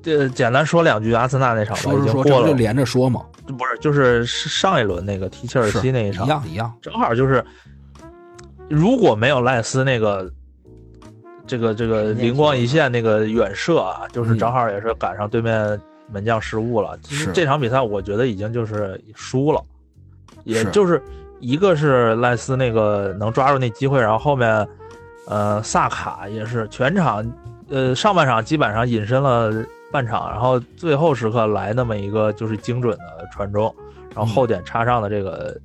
S4: 这呃简单说两句阿森纳那场吧，
S1: 说
S4: 已
S1: 是
S4: 经
S1: 说，这
S4: 过
S1: 不
S4: 了
S1: 就，连着说嘛，
S4: 不是就是上一轮那个踢切尔
S1: 是
S4: 西那一场
S1: 一，样一样。
S4: 正好就是，如果没有赖斯那个这个这个
S3: 神仙
S4: 灵光一现那个远射啊，就是正好也是赶上对面门将失误了。其
S1: 嗯
S4: 实
S1: 是
S4: 这场比赛我觉得已经就是输了，也
S1: 是
S4: 就是一个是赖斯那个能抓住那机会，然后后面呃萨卡也是全场呃上半场基本上隐身了半场，然后最后时刻来那么一个就是精准的传中，然
S1: 嗯
S4: 后后点插上的这个。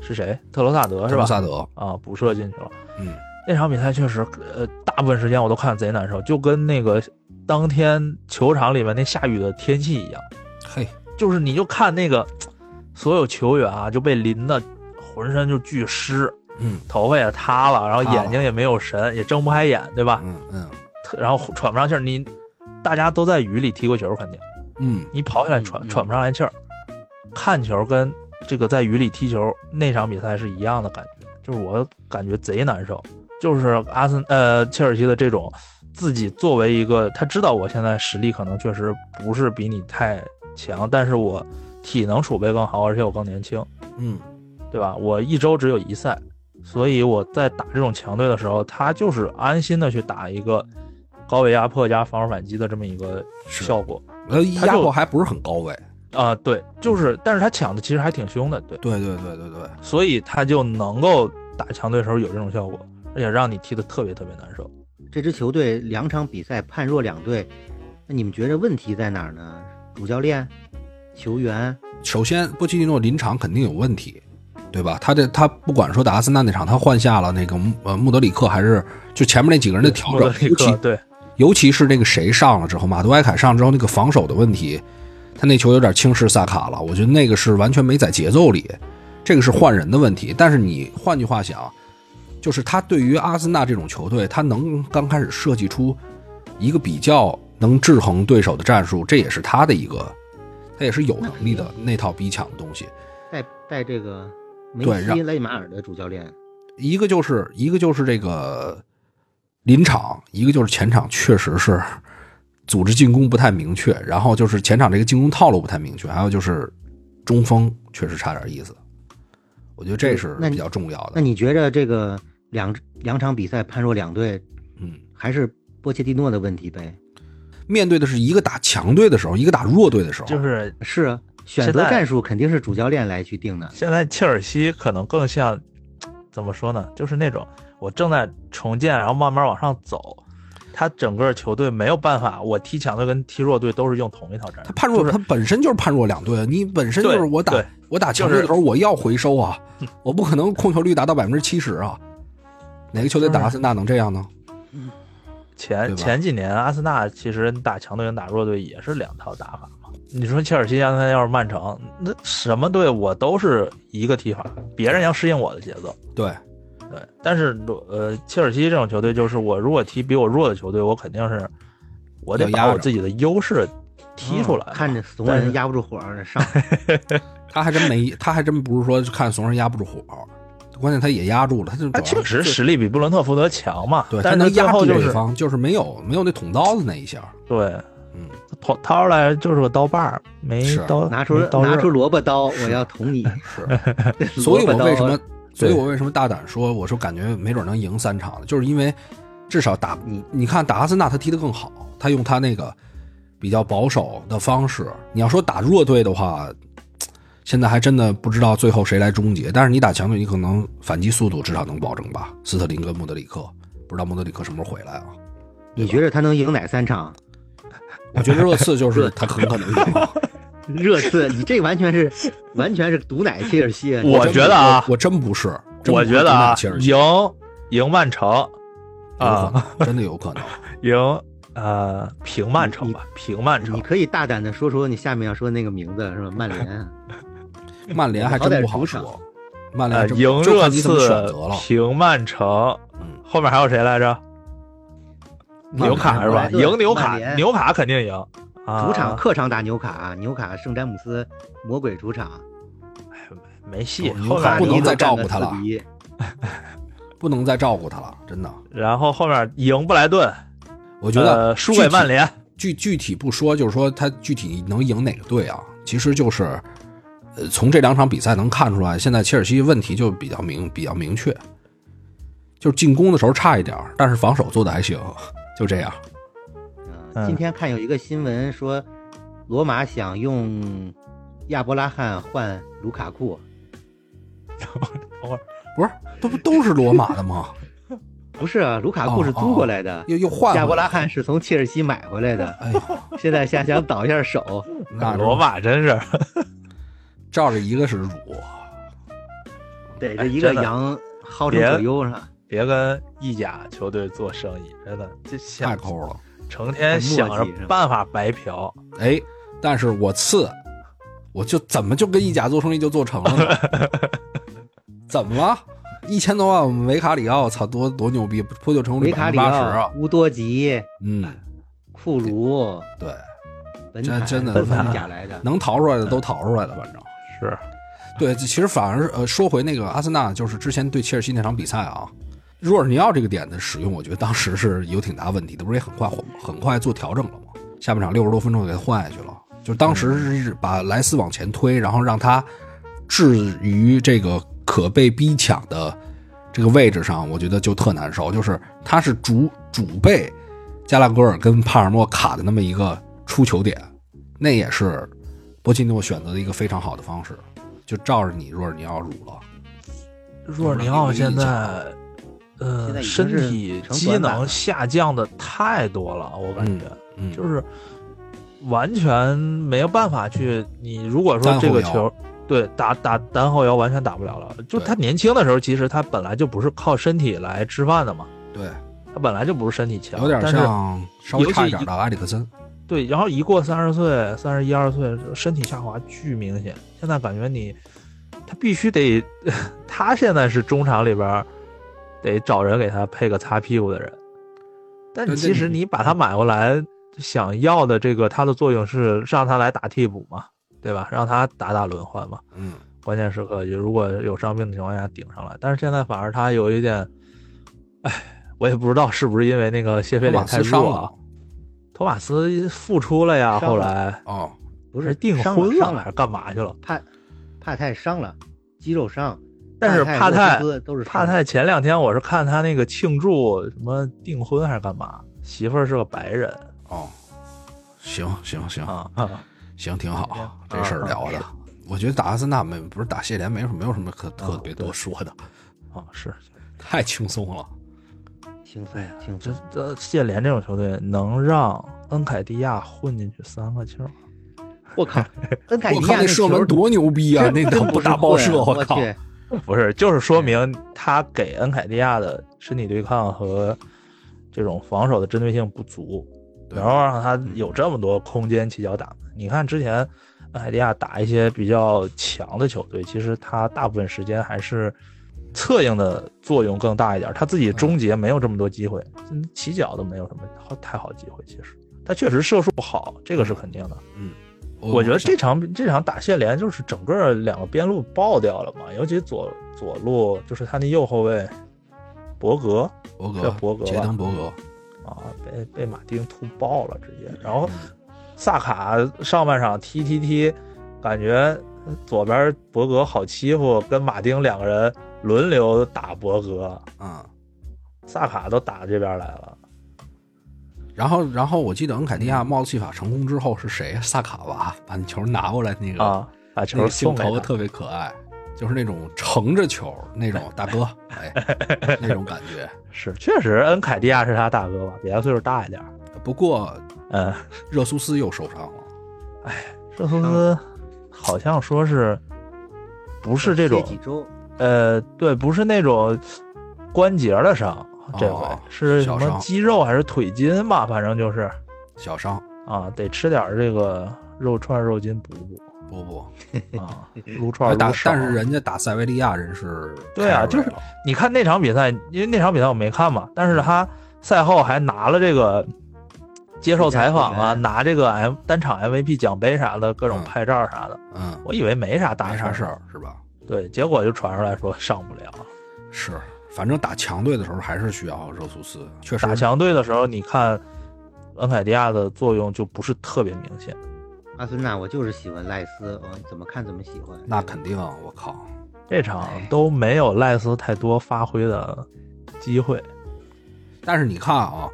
S4: 是谁？特罗萨德是吧？
S1: 布萨德，
S4: 啊，补射进去了。
S1: 嗯，
S4: 那场比赛确实，呃，大部分时间我都看得贼难受，就跟那个当天球场里面那下雨的天气一样，
S1: 嘿，
S4: 就是你就看那个所有球员啊，就被淋的浑身就巨湿，
S1: 嗯
S4: 头发也塌了，然后
S1: 塌了
S4: 眼睛也没有神，也睁不开眼，对吧？
S1: 嗯嗯
S4: 特然后喘不上气儿，你大家都在雨里踢过球，肯定
S1: 嗯，
S4: 你跑起来
S3: 嗯
S4: 喘
S3: 嗯
S4: 喘不上来气儿，看球跟这个在雨里踢球那场比赛是一样的感觉，就是我感觉贼难受。就是阿森呃切尔西的这种自己作为一个，他知道我现在实力可能确实不是比你太强，但是我体能储备更好，而且我更年轻，
S1: 嗯，
S4: 对吧？我一周只有一赛，所以我在打这种强队的时候，他就是安心的去打一个高位压迫加防守反击的这么一个
S1: 是
S4: 效果
S1: 呃，
S4: 他
S1: 压
S4: 就
S1: 迫还不是很高位，
S4: 啊、对，就是，但是他抢的其实还挺凶的，对，
S1: 对对对对对，
S4: 所以他就能够打强队的时候有这种效果，而且让你踢得特别特别难受。
S3: 这支球队两场比赛判若两队，那你们觉得问题在哪儿呢？主教练、球员，
S1: 首先波切蒂诺临场肯定有问题，对吧？他这他不管说打阿森纳那场，他换下了那个穆呃穆德里克还是就前面那几个人的调
S4: 莫德
S1: 整，
S4: 里
S1: 尤其
S4: 克对，
S1: 尤其是那个谁上了之后，马杜埃凯上之后那个防守的问题，他那球有点轻视萨卡了，我觉得那个是完全没在节奏里，这个是换人的问题。但是你换句话想，就是他对于阿森纳这种球队，他能刚开始设计出一个比较能制衡对手的战术，这也是他的一个，他也是有能力的那套逼抢的东西。
S3: 带带这个梅
S1: 对让
S3: 西、勒马尔的主教练，
S1: 一个就是一个就是这个临场，一个就是前场，确实是组织进攻不太明确，然后就是前场这个进攻套路不太明确，还有就是中锋确实差点意思，我觉得这是
S3: 那你
S1: 比较重要的
S3: 那。你觉着这个两两场比赛判若两队，
S1: 嗯，
S3: 还是波切蒂诺的问题呗？
S1: 面对的是一个打强队的时候，一个打弱队的时候，
S4: 就是
S3: 是啊，选
S4: 现
S3: 择
S4: 在
S3: 战术肯定是主教练来去定的。
S4: 现在切尔西可能更像，怎么说呢？就是那种我正在重建，然后慢慢往上走。他整个球队没有办法，我踢强队跟踢弱队都是用同一套战术。
S1: 他判若、
S4: 就是
S1: 他本身就是判若两队，啊你本身就是
S4: 对
S1: 我打
S4: 对
S1: 我打强队的时
S4: 就
S1: 候，我要回收啊，我不可能控球率达到百分之七十啊，哪个球队打
S4: 就是
S1: 阿
S3: 嗯
S1: 森纳能这样呢？对
S4: 前
S1: 吧
S4: 前几年阿森纳其实打强队跟打弱队也是两套打法嘛。你说切尔西现在要是曼城，那什么队我都是一个踢法，别人要适应我的节奏。
S1: 对，
S4: 对，但是呃，切尔西这种球队就是我如果踢比我弱的球队，我肯定是我得
S1: 要压
S4: 把我
S1: 着嗯
S4: 自己的优势踢出来嘛、
S3: 嗯看着怂
S4: 但
S3: 人
S4: 是
S3: 压不住火儿 上，
S1: 他还真没，他还真不是说看怂人压不住火，关键他也压住了，他就
S4: 他
S1: 主要
S4: 啊确实
S1: 就
S4: 实力比布伦特福德强嘛，
S1: 对，
S4: 但
S1: 他
S4: 是他
S1: 能
S4: 最
S1: 压
S4: 后
S1: 住
S4: 就
S1: 对
S4: 是
S1: 方，就是没有没有那捅刀子那一下，
S4: 对，
S1: 嗯，
S4: 掏掏出来就是个刀把儿，没
S1: 是
S4: 刀
S3: 拿出
S4: 没刀
S3: 拿
S4: 刃
S3: 出萝卜刀，我要捅你。
S1: 是，
S3: 对
S1: 所以 我
S3: 萝卜刀
S1: 为什么，所以
S4: 对
S1: 我为什么大胆说，我说感觉没准能赢三场呢，就是因为至少打
S3: 你
S1: 你看打阿森纳他踢得更好，他用他那个比较保守的方式，你要说打弱队的话。现在还真的不知道最后谁来终结，但是你打强队，你可能反击速度至少能保证吧。斯特林跟穆德里克，不知道穆德里克什么时候回来啊？
S3: 你觉着他能赢哪三场？
S1: 我觉得热刺 就是他很可能赢。
S3: 热刺，你这完全是完全是毒奶切尔西啊。
S4: 我
S1: 真不
S4: 觉得啊
S1: 我我真不是，真不
S4: 我
S1: 是
S4: 觉得
S1: 真
S4: 啊
S1: 的切，尔西
S4: 赢赢曼城
S1: 有可
S4: 啊，
S1: 能真的有 可能。
S4: 赢呃平曼城吧，平曼城
S3: 你。可以大胆的说出你下面要说的那个名字是吧？曼联 啊，
S1: 曼联还真不好说，曼联
S4: 呃
S1: 还，真不
S4: 赢
S1: 就
S4: 热
S1: 看你怎么
S4: 刺
S1: 选择了。，
S4: 平曼城
S1: 嗯，
S4: 后面还有谁来着？
S1: 曼联
S4: 纽卡是吧？
S3: 曼联
S4: 赢纽
S3: 曼
S4: 卡，
S3: 联
S4: 纽卡肯定赢。啊
S3: 主场客场打纽卡，纽卡圣詹姆斯魔鬼主场，
S4: 没戏，
S1: 纽
S4: 后
S1: 卡
S4: 面
S1: 不能
S4: 赢
S1: 再照顾他了
S3: 占四比一
S1: 不能再照顾他了，真的。
S4: 然后后面赢布莱顿，
S1: 我觉得
S4: 呃，输给曼
S1: 联。
S4: 联。
S1: 具具体不说，就是说他具体能赢哪个队啊？其实就是，呃，从这两场比赛能看出来，现在切尔西问题就比较明比较明确，就是进攻的时候差一点儿，但是防守做的还行，就这样。
S3: 嗯，今天看有一个新闻说，罗马想用亚伯拉罕换卢卡库，
S1: 不是，这不都是罗马的吗？
S3: 不是啊，卢卡库是租过来的，
S1: 又又哦换
S3: 亚
S1: 回
S3: 伯
S1: 来
S3: 拉罕是从切尔西买回来的，
S1: 哎呦，
S3: 现在想想倒一下手，
S1: 那
S4: 罗马真是
S1: 照着一个是辱，
S3: 逮着
S4: 哎
S3: 一个
S4: 真的
S3: 羊薅成
S4: 别
S3: 左右上。
S4: 别跟意甲球队做生意，真的这
S1: 太
S4: 想
S1: 抠了。
S4: 成天想着办法白嫖。
S1: 哎，但是我次，我就怎么就跟意甲做生意就做成了 呢？怎么了？一千多万我们维卡里奥，操，多多牛逼，破旧成功
S3: 维
S1: 率百
S3: 卡
S1: 分
S3: 里
S1: 之八十啊
S3: 奥、！乌多吉、
S1: 嗯，
S3: 库卢、
S1: 对，
S3: 本坦，
S1: 真的
S3: 都是
S4: 本
S3: 意
S4: 坦
S3: 甲来的。
S1: 能逃出来的都逃出来了，反正
S4: 是，
S1: 对，其实反而是呃，说回那个阿森纳，就是之前对切尔西那场比赛啊，若尔尼奥这个点的使用，我觉得当时是有挺大问题的，不是也很快很快做调整了吗？下半场六十多分钟给他换下去了，就当时是把莱斯往前推，然后让他置于这个可被逼抢的这个位置上，我觉得就特难受，就是他是主主被加拉格尔跟帕尔默卡的那么一个出球点，那也是波切蒂诺选择的一个非常好的方式。就照着你若尔尼奥辱了。
S4: 若尔尼奥
S1: 啊
S4: 现在，
S3: 现在
S4: 呃，
S3: 已经
S4: 身
S3: 是
S4: 体
S3: 成
S4: 机
S3: 短板
S4: 能
S3: 了
S4: 下降的太多了，我感觉、
S1: 嗯，
S4: 就是完全没有办法去。你如果说这个
S1: 单后
S4: 球，对打打单后腰完全打不了了。就
S1: 对
S4: 他年轻的时候，其实他本来就不是靠身体来吃饭的嘛，
S1: 对，
S4: 他本来就不是身体强，
S1: 有点
S4: 但是
S1: 像稍微差一点的埃里克森。
S4: 对，然后一过三十岁、三十一二岁，身体下滑巨明显。现在感觉你，他必须得， 他现在是中场里边儿得找人给他配个擦屁股的人。但
S1: 对
S4: 你
S1: 对
S4: 其实
S1: 你
S4: 你把他买过来，想要的这个他的作用是让他来打替补嘛，对吧？让他打打轮换嘛。
S1: 嗯，
S4: 关键时刻，也如果有伤病的情况下顶上来。但是现在反而他有一点，哎，我也不知道是不是因为那个谢菲
S1: 马
S4: 联太
S1: 斯伤
S4: 弱啊
S1: 了。
S4: 托马斯复出了呀，
S3: 伤了
S4: 后来
S1: 哦，
S3: 不
S4: 还
S3: 是
S4: 订
S3: 伤
S4: 婚
S3: 伤
S4: 还是
S3: 了，
S4: 干嘛去了？
S3: 帕帕泰伤了，肌肉伤，
S4: 但是帕
S3: 帕
S4: 泰
S3: 洛斯科都是
S4: 帕
S3: 伤了
S4: 泰前两天我是看他那个庆祝什么订婚还是干嘛，媳妇儿是个白人
S1: 哦，行行行
S4: 啊，
S1: 行，挺
S4: 行
S1: 好，这事儿
S4: 啊
S1: 聊的
S4: 是。
S1: 我觉得打阿森纳没不是打谢联没什么没有什么可特
S4: 啊
S1: 别多说的，
S4: 啊是，
S1: 太轻松了。
S3: 轻松轻
S4: 这
S3: 松。
S4: 这谢联这种球队能让恩凯蒂亚混进去三个 球，
S3: 我靠，恩凯
S1: 我
S3: 尼
S1: 靠
S3: 亚
S1: 那射门多牛逼啊！那
S3: 真
S1: 个
S3: 不是
S1: 大爆
S3: 混
S1: 射，
S3: 我
S1: 靠！
S3: 去
S4: 不是就是说明他给恩凯蒂亚的身体对抗和这种防守的针对性不足，
S1: 对
S4: 然后让他有这么多空间起脚打。你看之前恩海利亚打一些比较强的球队，其实他大部分时间还是策应的作用更大一点，他自己终结没有这么多机会，嗯起脚都没有什么好太好机会。其实他确实射术不好，这个是肯定的。
S1: 嗯
S4: 我觉得这场这场打谢联就是整个两个边路爆掉了嘛，尤其左左路就是他那右后卫博格
S1: 博
S4: 这
S1: 格，
S4: 博格吧
S1: 杰登博格，
S4: 啊，被被马丁突爆了直接，然后萨卡上半场踢踢踢，感觉左边博格好欺负，跟马丁两个人轮流打博格，
S1: 嗯，
S4: 萨卡都打这边来了，
S1: 然后然后我记得恩凯蒂
S4: 嗯
S1: 亚帽子戏法成功之后是谁？萨卡吧，把那球拿过来那个
S4: 啊，把
S1: 那
S4: 球
S1: 个镜
S4: 送给
S1: 头
S4: 他。
S1: 特别可爱，就是那种盛着球那种大哥，哎，那种感觉。
S4: 是，确实恩凯蒂亚是他大哥吧，比他岁数大一点儿。
S1: 不过
S4: 嗯，
S1: 热苏斯又受伤了，
S4: 热苏斯好像说是不是这种
S3: 歇几周
S4: 呃，对，不是那种关节的伤，这回、
S1: 哦
S4: 是什
S1: 小
S4: 么
S1: 伤
S4: 肌肉还是腿筋吧，反正就是
S1: 小伤。
S4: 啊，得吃点儿这个肉串肉筋补
S1: 不
S4: 补
S1: 不，
S4: 啊，撸
S1: 打
S4: 串撸
S1: 哎但
S4: 少
S1: 是人家打塞维利亚人是
S4: 对啊
S1: 开始
S4: 就是
S1: 了
S4: 你看那场比赛，因为那场比赛我没看嘛，但是
S1: 嗯
S4: 他赛后还拿了这个接受采访啊，
S3: 嗯
S4: 拿这个 M 单场 MVP 奖杯啥的，各种
S1: 嗯
S4: 拍照啥的，
S1: 嗯，
S4: 我以为没啥大
S1: 没啥
S4: 事
S1: 事
S4: 儿，
S1: 儿是吧？
S4: 对，结果就传出来说上不了。
S1: 是，反正打强队的时候还是需要热苏斯，确实
S4: 打强队的时候，你看恩凯迪亚的作用就不是特别明显。
S3: 阿森纳，我就是喜欢赖斯，我怎么看怎么喜欢。
S1: 那肯定，我靠，
S4: 这场都没有赖斯太多发挥的机会。
S1: 但是你看啊，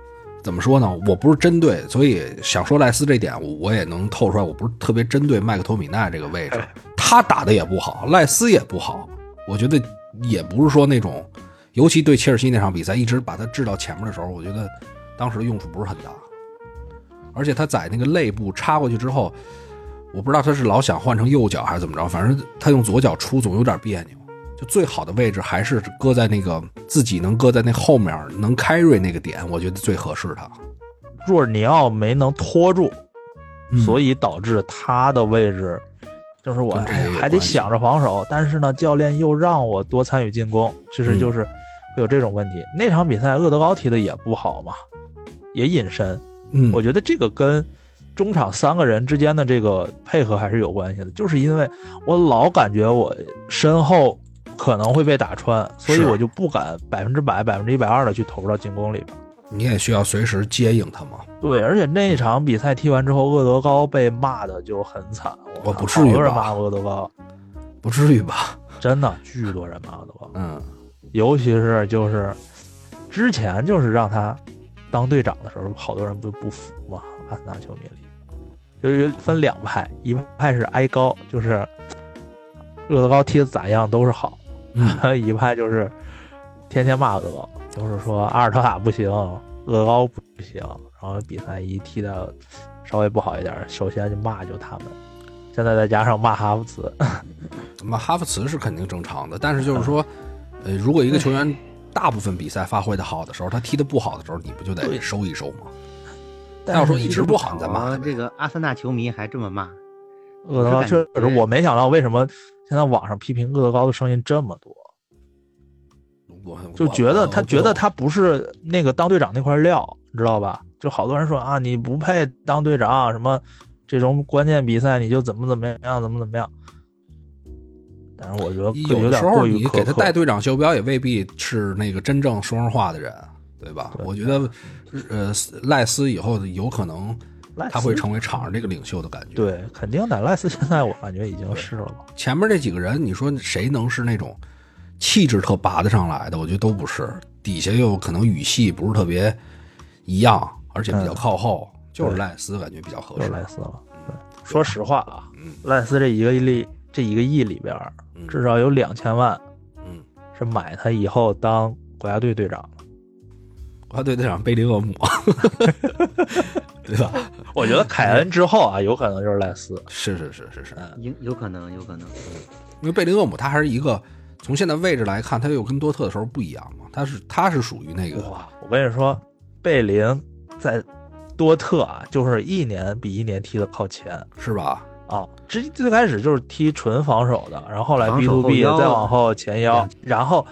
S1: 怎么说呢？我不是针对，所以想说赖斯这点，我我也能透出来，我不是特别针对麦克托米奈这个位置，他打的也不好，赖斯也不好，我觉得也不是说那种，尤其对切尔西那场比赛，一直把他掷到前面的时候，我觉得当时用处不是很大，而且他在那个肋部插过去之后，我不知道他是老想换成右脚还是怎么着，反正他用左脚出总有点别扭。就最好的位置还是搁在那个自己能搁在那后面能开瑞那个点，我觉得最合适他。
S4: 若尔尼奥没能拖住，所
S1: 以
S4: 以导致他的位置就是我
S1: 跟这个
S4: 哎
S1: 有
S4: 还得
S1: 关系
S4: 想着防守，但是呢，教练又让我多参与进攻，其实
S1: 嗯
S4: 就是会有这种问题。那场比赛厄德高踢的也不好嘛，也隐身。
S1: 嗯，
S4: 我觉得这个跟中场三个人之间的这个配合还是有关系的，就是因为我老感觉我身后可能会被打穿，所以
S1: 是
S4: 我就不敢百分之百、百分之一百二的去投入到进攻里边。嗯
S1: 你也需要随时接应他嘛。
S4: 对，而且那一场比赛踢完之后，厄德高被骂的就很惨，
S1: 我
S4: 靠
S1: 不至于
S4: 好多人
S1: 吧
S4: 骂厄德高，
S1: 不至于吧？
S4: 真的巨多人骂厄德高，
S1: 嗯，
S4: 尤其是就是之前就是让他当队长的时候，好多人不不服嘛，啊阿森纳球迷里就是分两派，一派是哀高，就是厄德高踢的咋样都是好；
S1: 嗯
S4: 一派就是天天骂厄德高，就是说阿尔特塔不行，厄德高不行，然后比赛一踢的稍微不好一点，首先就骂就他们。现在再加上骂哈弗茨，
S1: 怎么哈弗茨是肯定正常的，但是就是说，呃，如果一个球员大部分比赛发挥的好的时候，他踢的不好的时候，你不就得收一收吗？但要说一直不好，你再骂
S3: 啊
S1: 他呗
S3: 这个阿森纳球迷还这么骂，
S4: 厄德高确
S3: 我
S4: 实
S3: 感，觉
S4: 我没想到为什么现在网上批评厄德高的声音这么多，
S1: 我
S4: 就觉得他觉得，
S1: 我
S4: 他不是那个当队长那块料，你知道吧？就好多人说啊，你不配当队长，什么这种关键比赛你就怎么怎么样，怎么怎么样。但是我觉得
S1: 我
S4: 有
S1: 有
S4: 点
S1: 时候
S4: 过于
S1: 你
S4: 苛
S1: 给他
S4: 刻
S1: 带。队长袖标，也未必是那个真正说上话的人，对吧？
S4: 对
S1: 我觉得，呃，赖斯以后有可能
S4: 赖斯
S1: 他会成为场上这个领袖的感觉。
S4: 对，肯定的。赖斯现在我感觉已经是了吧？
S1: 前面这几个人，你说谁能是那种气质特拔得上来的？我觉得都不是，底下又可能语系不是特别一样，而且比较靠后，就是赖斯感觉比较合
S4: 嗯就是
S1: 适。
S4: 赖斯了。对，说实话啊
S1: 嗯，
S4: 赖斯这一个亿这一个亿里边儿，
S1: 嗯
S4: 至少有两千万
S1: 嗯，
S4: 是买他以后当国家队队长的。
S1: 国家啊队队长贝利厄 姆，对吧？
S4: 我觉得凯恩之后啊，有可能就是赖斯。
S1: 是是是是是，嗯
S3: 有有可能，有可能。
S1: 因为贝林厄姆他还是一个从现在位置来看，他又跟多特的时候不一样嘛，他是他是属于那个
S4: 哇，我跟你说，贝林在多特啊，就是一年比一年踢的靠前
S1: 是吧？
S4: 啊。之最开始就是踢纯防守的，然后后来
S3: 防
S4: B
S3: 守
S4: to
S3: 后
S4: B，
S3: 腰
S4: 再
S3: 啊
S4: 往后前腰，然后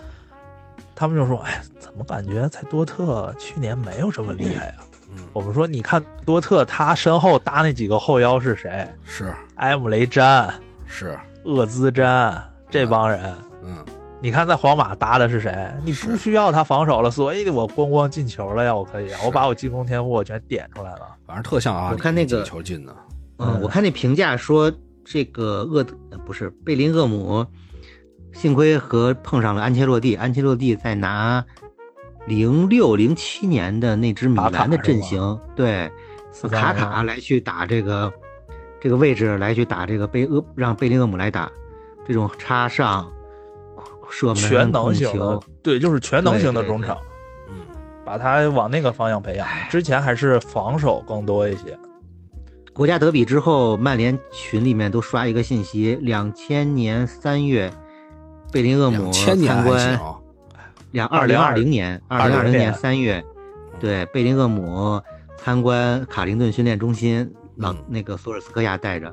S4: 他们就说：“哎，怎么感觉在多特去年没有这么厉害啊？”
S1: 嗯，
S4: 我们说，你看多特他身后搭那几个后腰是谁？
S1: 是
S4: 埃姆雷詹、
S1: 是，
S4: 厄兹詹这帮人。
S1: 嗯，
S4: 你看在皇马搭的是谁？你不
S1: 是
S4: 需要他防守了，所以我咣咣进球了呀！我可以啊，
S1: 是
S4: 我把我进攻天赋我全点出来了。
S1: 反正特像啊，
S3: 我看那个
S1: 球进的，
S3: 嗯，
S4: 嗯
S3: 我看那评价说这个厄德呃不是贝林厄姆，幸亏和碰上了安切洛蒂，安切洛蒂在拿零六零七年的那支米
S4: 打卡
S3: 兰的
S4: 是
S3: 阵
S4: 吧
S3: 型，对
S4: 四
S3: 卡
S4: 三
S3: 卡
S4: 幺
S3: 来去打这个这个位置来去打这个贝厄让贝林厄姆来打这种插上射门
S4: 全能
S3: 哦控
S4: 型的
S3: 球，，
S4: 对，就是全能型
S3: 对
S4: 的
S3: 对哎
S4: 中场，
S1: 嗯，
S4: 把他往那个方向培养。之前还是防守更多一些，
S3: 国家德比之后，曼联群里面都刷一个信息：两千年三月，贝林厄姆
S1: 两千年还
S3: 参
S1: 行
S3: 观
S1: 啊，
S3: 两二零二零年二零二
S4: 2020
S3: 零
S4: 年
S3: 年三月，对贝林厄姆参观卡灵顿训练中心，老
S1: 嗯
S3: 那个索尔斯克亚带着，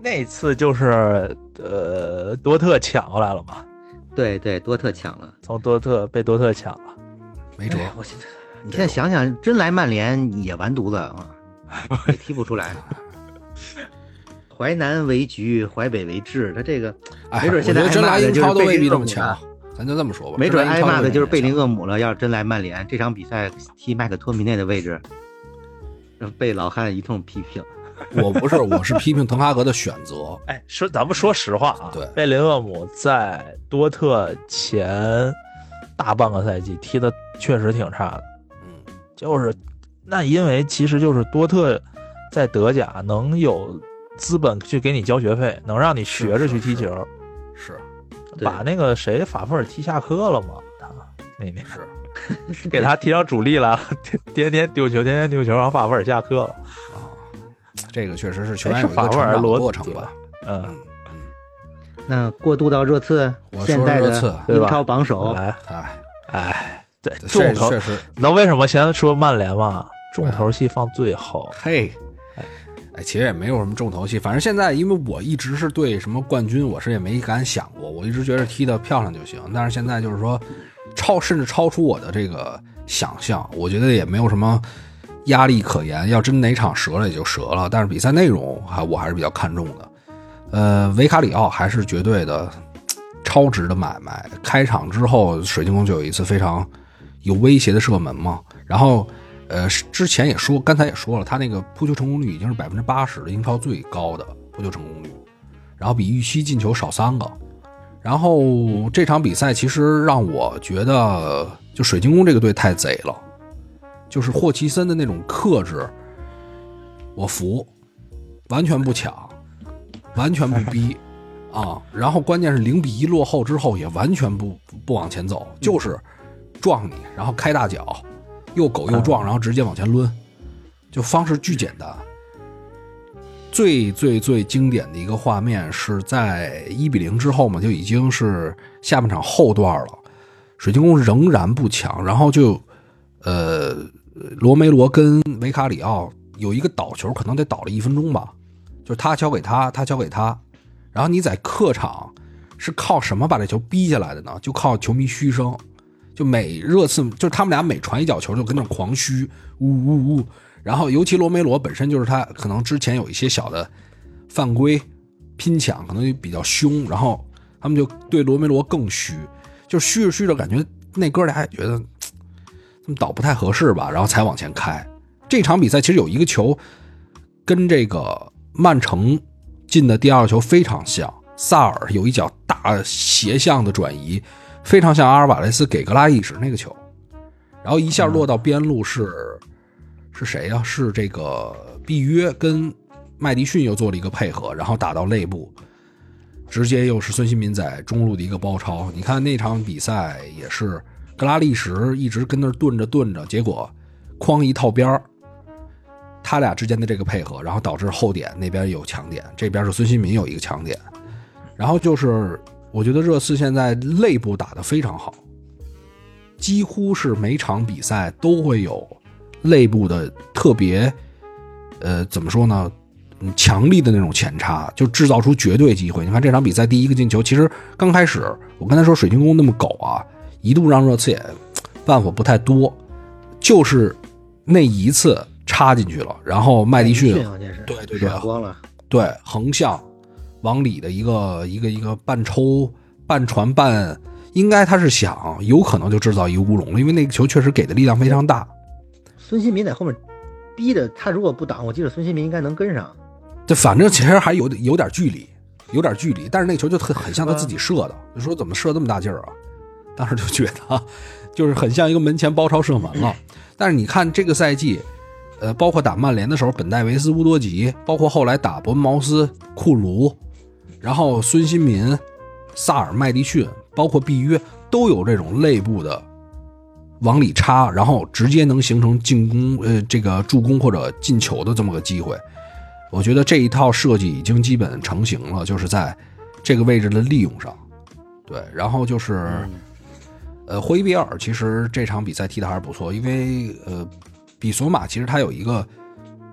S4: 那次就是呃多特抢过来了嘛，
S3: 对对，多特抢了。
S4: 从多特被多特抢了。
S1: 没辙。
S3: 哎我现在你现在想想，真来曼联也完犊子啊， 也踢不出来。淮南为局，淮北为治，他这个
S1: 哎，
S3: 没准现在
S1: 我觉得真
S3: 挨骂
S1: 来
S3: 的
S1: 英
S3: 就是
S1: 超都
S3: 贝
S1: 未必
S3: 林厄
S1: 这么
S3: 姆
S1: 强
S3: 了，
S1: 咱就这么说吧。
S3: 没准挨骂的就是贝林
S1: 厄。
S3: 厄姆了。要是真来曼联，这场比赛踢麦克托米内的位置，被老汉一通批评。
S1: 我不是，我是批评滕哈格的选择。
S4: 哎，说咱们说实话啊，
S1: 对
S4: 贝林厄姆在多特前大半个赛季踢的确实挺差的。
S1: 嗯，
S4: 就是那因为其实就是多特在德甲能有资本去给你交学费，能让你学着去踢球，
S1: 是
S3: 对
S4: 把那个谁法菲尔踢下课了嘛，他那那
S1: 是，
S4: 给他踢上主力了， 天天丢球，天天丢球，然后法菲尔下课了，
S1: 这个确实是球员
S4: 哎
S1: 有
S4: 是
S1: 一个
S4: 法
S1: 成
S4: 布
S1: 长
S4: 尔
S1: 的
S4: 罗
S1: 过
S4: 蒂
S1: 程
S4: 吧
S1: 吧。
S4: 嗯，
S3: 啊
S1: 嗯嗯，
S3: 那过渡到热刺，
S1: 我
S3: 现
S1: 说
S3: 在
S1: 热刺
S3: 的
S4: 对吧
S3: 英超榜首，
S4: 来，
S1: 哎，
S4: 哎，对，
S1: 这
S4: 重头
S1: 确，实，
S4: 你知道为什么现在说曼联吗？重
S1: 啊
S4: 头戏放最后，
S1: 嘿，哎，其实也没有什么重头戏，反正现在因为我一直是对什么冠军，我是也没敢想过，我一直觉得踢得漂亮就行。但是现在就是说，超甚至超出我的这个想象，我觉得也没有什么压力可言，要真哪场折了也就折了。但是比赛内容还我还是比较看重的。呃，维卡里奥还是绝对的超值的买卖。开场之后，水晶宫就有一次非常有威胁的射门嘛。然后，呃，是之前也说，刚才也说了，他那个扑救成功率已经是百分之八十了，英超最高的扑救成功率，然后比预期进球少三个。然后这场比赛其实让我觉得，就水晶宫这个队太贼了，就是霍奇森的那种克制，我服，完全不抢，完全不逼啊。然后关键是零比一落后之后也完全不不不往前走，就是撞你，然后开大脚，又狗又撞，然后直接往前抡，就方式巨简单。最最最经典的一个画面是在一比零之后嘛，就已经是下半场后段了，水晶宫仍然不强，然后就呃罗梅罗跟维卡里奥有一个倒球，可能得倒了一分钟吧，就是他交给他，他交给他，然后你在客场是靠什么把这球逼下来的呢？就靠球迷嘘声，就每热刺就是他们俩每传一脚球就跟那儿狂嘘，呜呜呜。然后尤其罗梅罗本身就是他可能之前有一些小的犯规拼抢，可能也比较凶，然后他们就对罗梅罗更虚，就虚着虚着感觉那哥俩也觉得嘖他们倒不太合适吧，然后才往前开。这场比赛其实有一个球跟这个曼城进的第二球非常像，萨尔有一脚大斜向的转移，非常像阿尔瓦雷斯给格拉伊什那个球，然后一下落到边路是。是谁呀、是这个毕约跟麦迪逊又做了一个配合，然后打到内部，直接又是孙兴民在中路的一个包抄。你看那场比赛也是格拉利什一直跟那儿顿着顿着，结果哐一套边儿，他俩之间的这个配合，然后导致后点那边有强点，这边是孙兴民有一个强点，然后就是我觉得热刺现在内部打得非常好，几乎是每场比赛都会有内部的特别，呃，怎么说呢？嗯强力的那种前插，就制造出绝对机会。你看这场比赛第一个进球，其实刚开始我刚才说水晶宫那么狗啊，一度让热刺也办法不太多，就是那一次插进去了，然后麦迪逊
S3: 好像是
S1: 对对对
S3: 闪光了，
S1: 对，横向往里的一个一个一个半抽半传半，应该他是想有可能就制造一个乌龙了，因为那个球确实给的力量非常大，
S3: 孙兴民在后面逼的，他如果不挡，我记得孙兴民应该能跟上。
S1: 这反正其实还有点有点距离，有点距离，但是那球就很很像他自己射的，就说怎么射这么大劲儿啊？当时就觉得啊就是很像一个门前包抄射门了。但是你看这个赛季，呃，包括打曼联的时候，本戴维斯、乌多吉，包括后来打伯恩茅斯、库卢，然后孙兴民、萨尔、麦迪逊，包括毕约，都有这种内部的往里插，然后直接能形成进攻，呃，这个助攻或者进球的这么个机会。我觉得这一套设计已经基本成型了，就是在这个位置的利用上。对，然后就是，呃，霍伊比尔其实这场比赛踢得还是不错，因为呃，比索马其实他有一个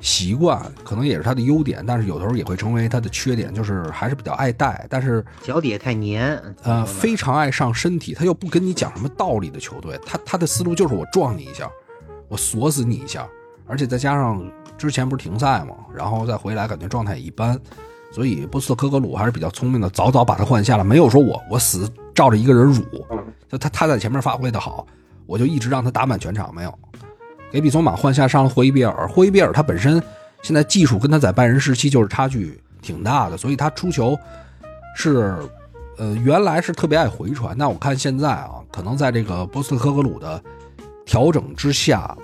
S1: 习惯，可能也是他的优点，但是有时候也会成为他的缺点，就是还是比较爱带，但是
S3: 脚底也太粘，
S1: 呃，非常爱上身体，他又不跟你讲什么道理的球队，他他的思路就是我撞你一下，我锁死你一下，而且再加上之前不是停赛嘛，然后再回来感觉状态也一般，所以波斯特科格鲁还是比较聪明的，早早把他换下了，没有说我我死照着一个人辱，就他他在前面发挥的好，我就一直让他打满全场，没有给比索马换下上了霍伊比尔，霍伊比尔他本身现在技术跟他在拜仁时期就是差距挺大的，所以他出球是呃，原来是特别爱回传，但我看现在啊，可能在这个波斯特科格鲁的调整之下，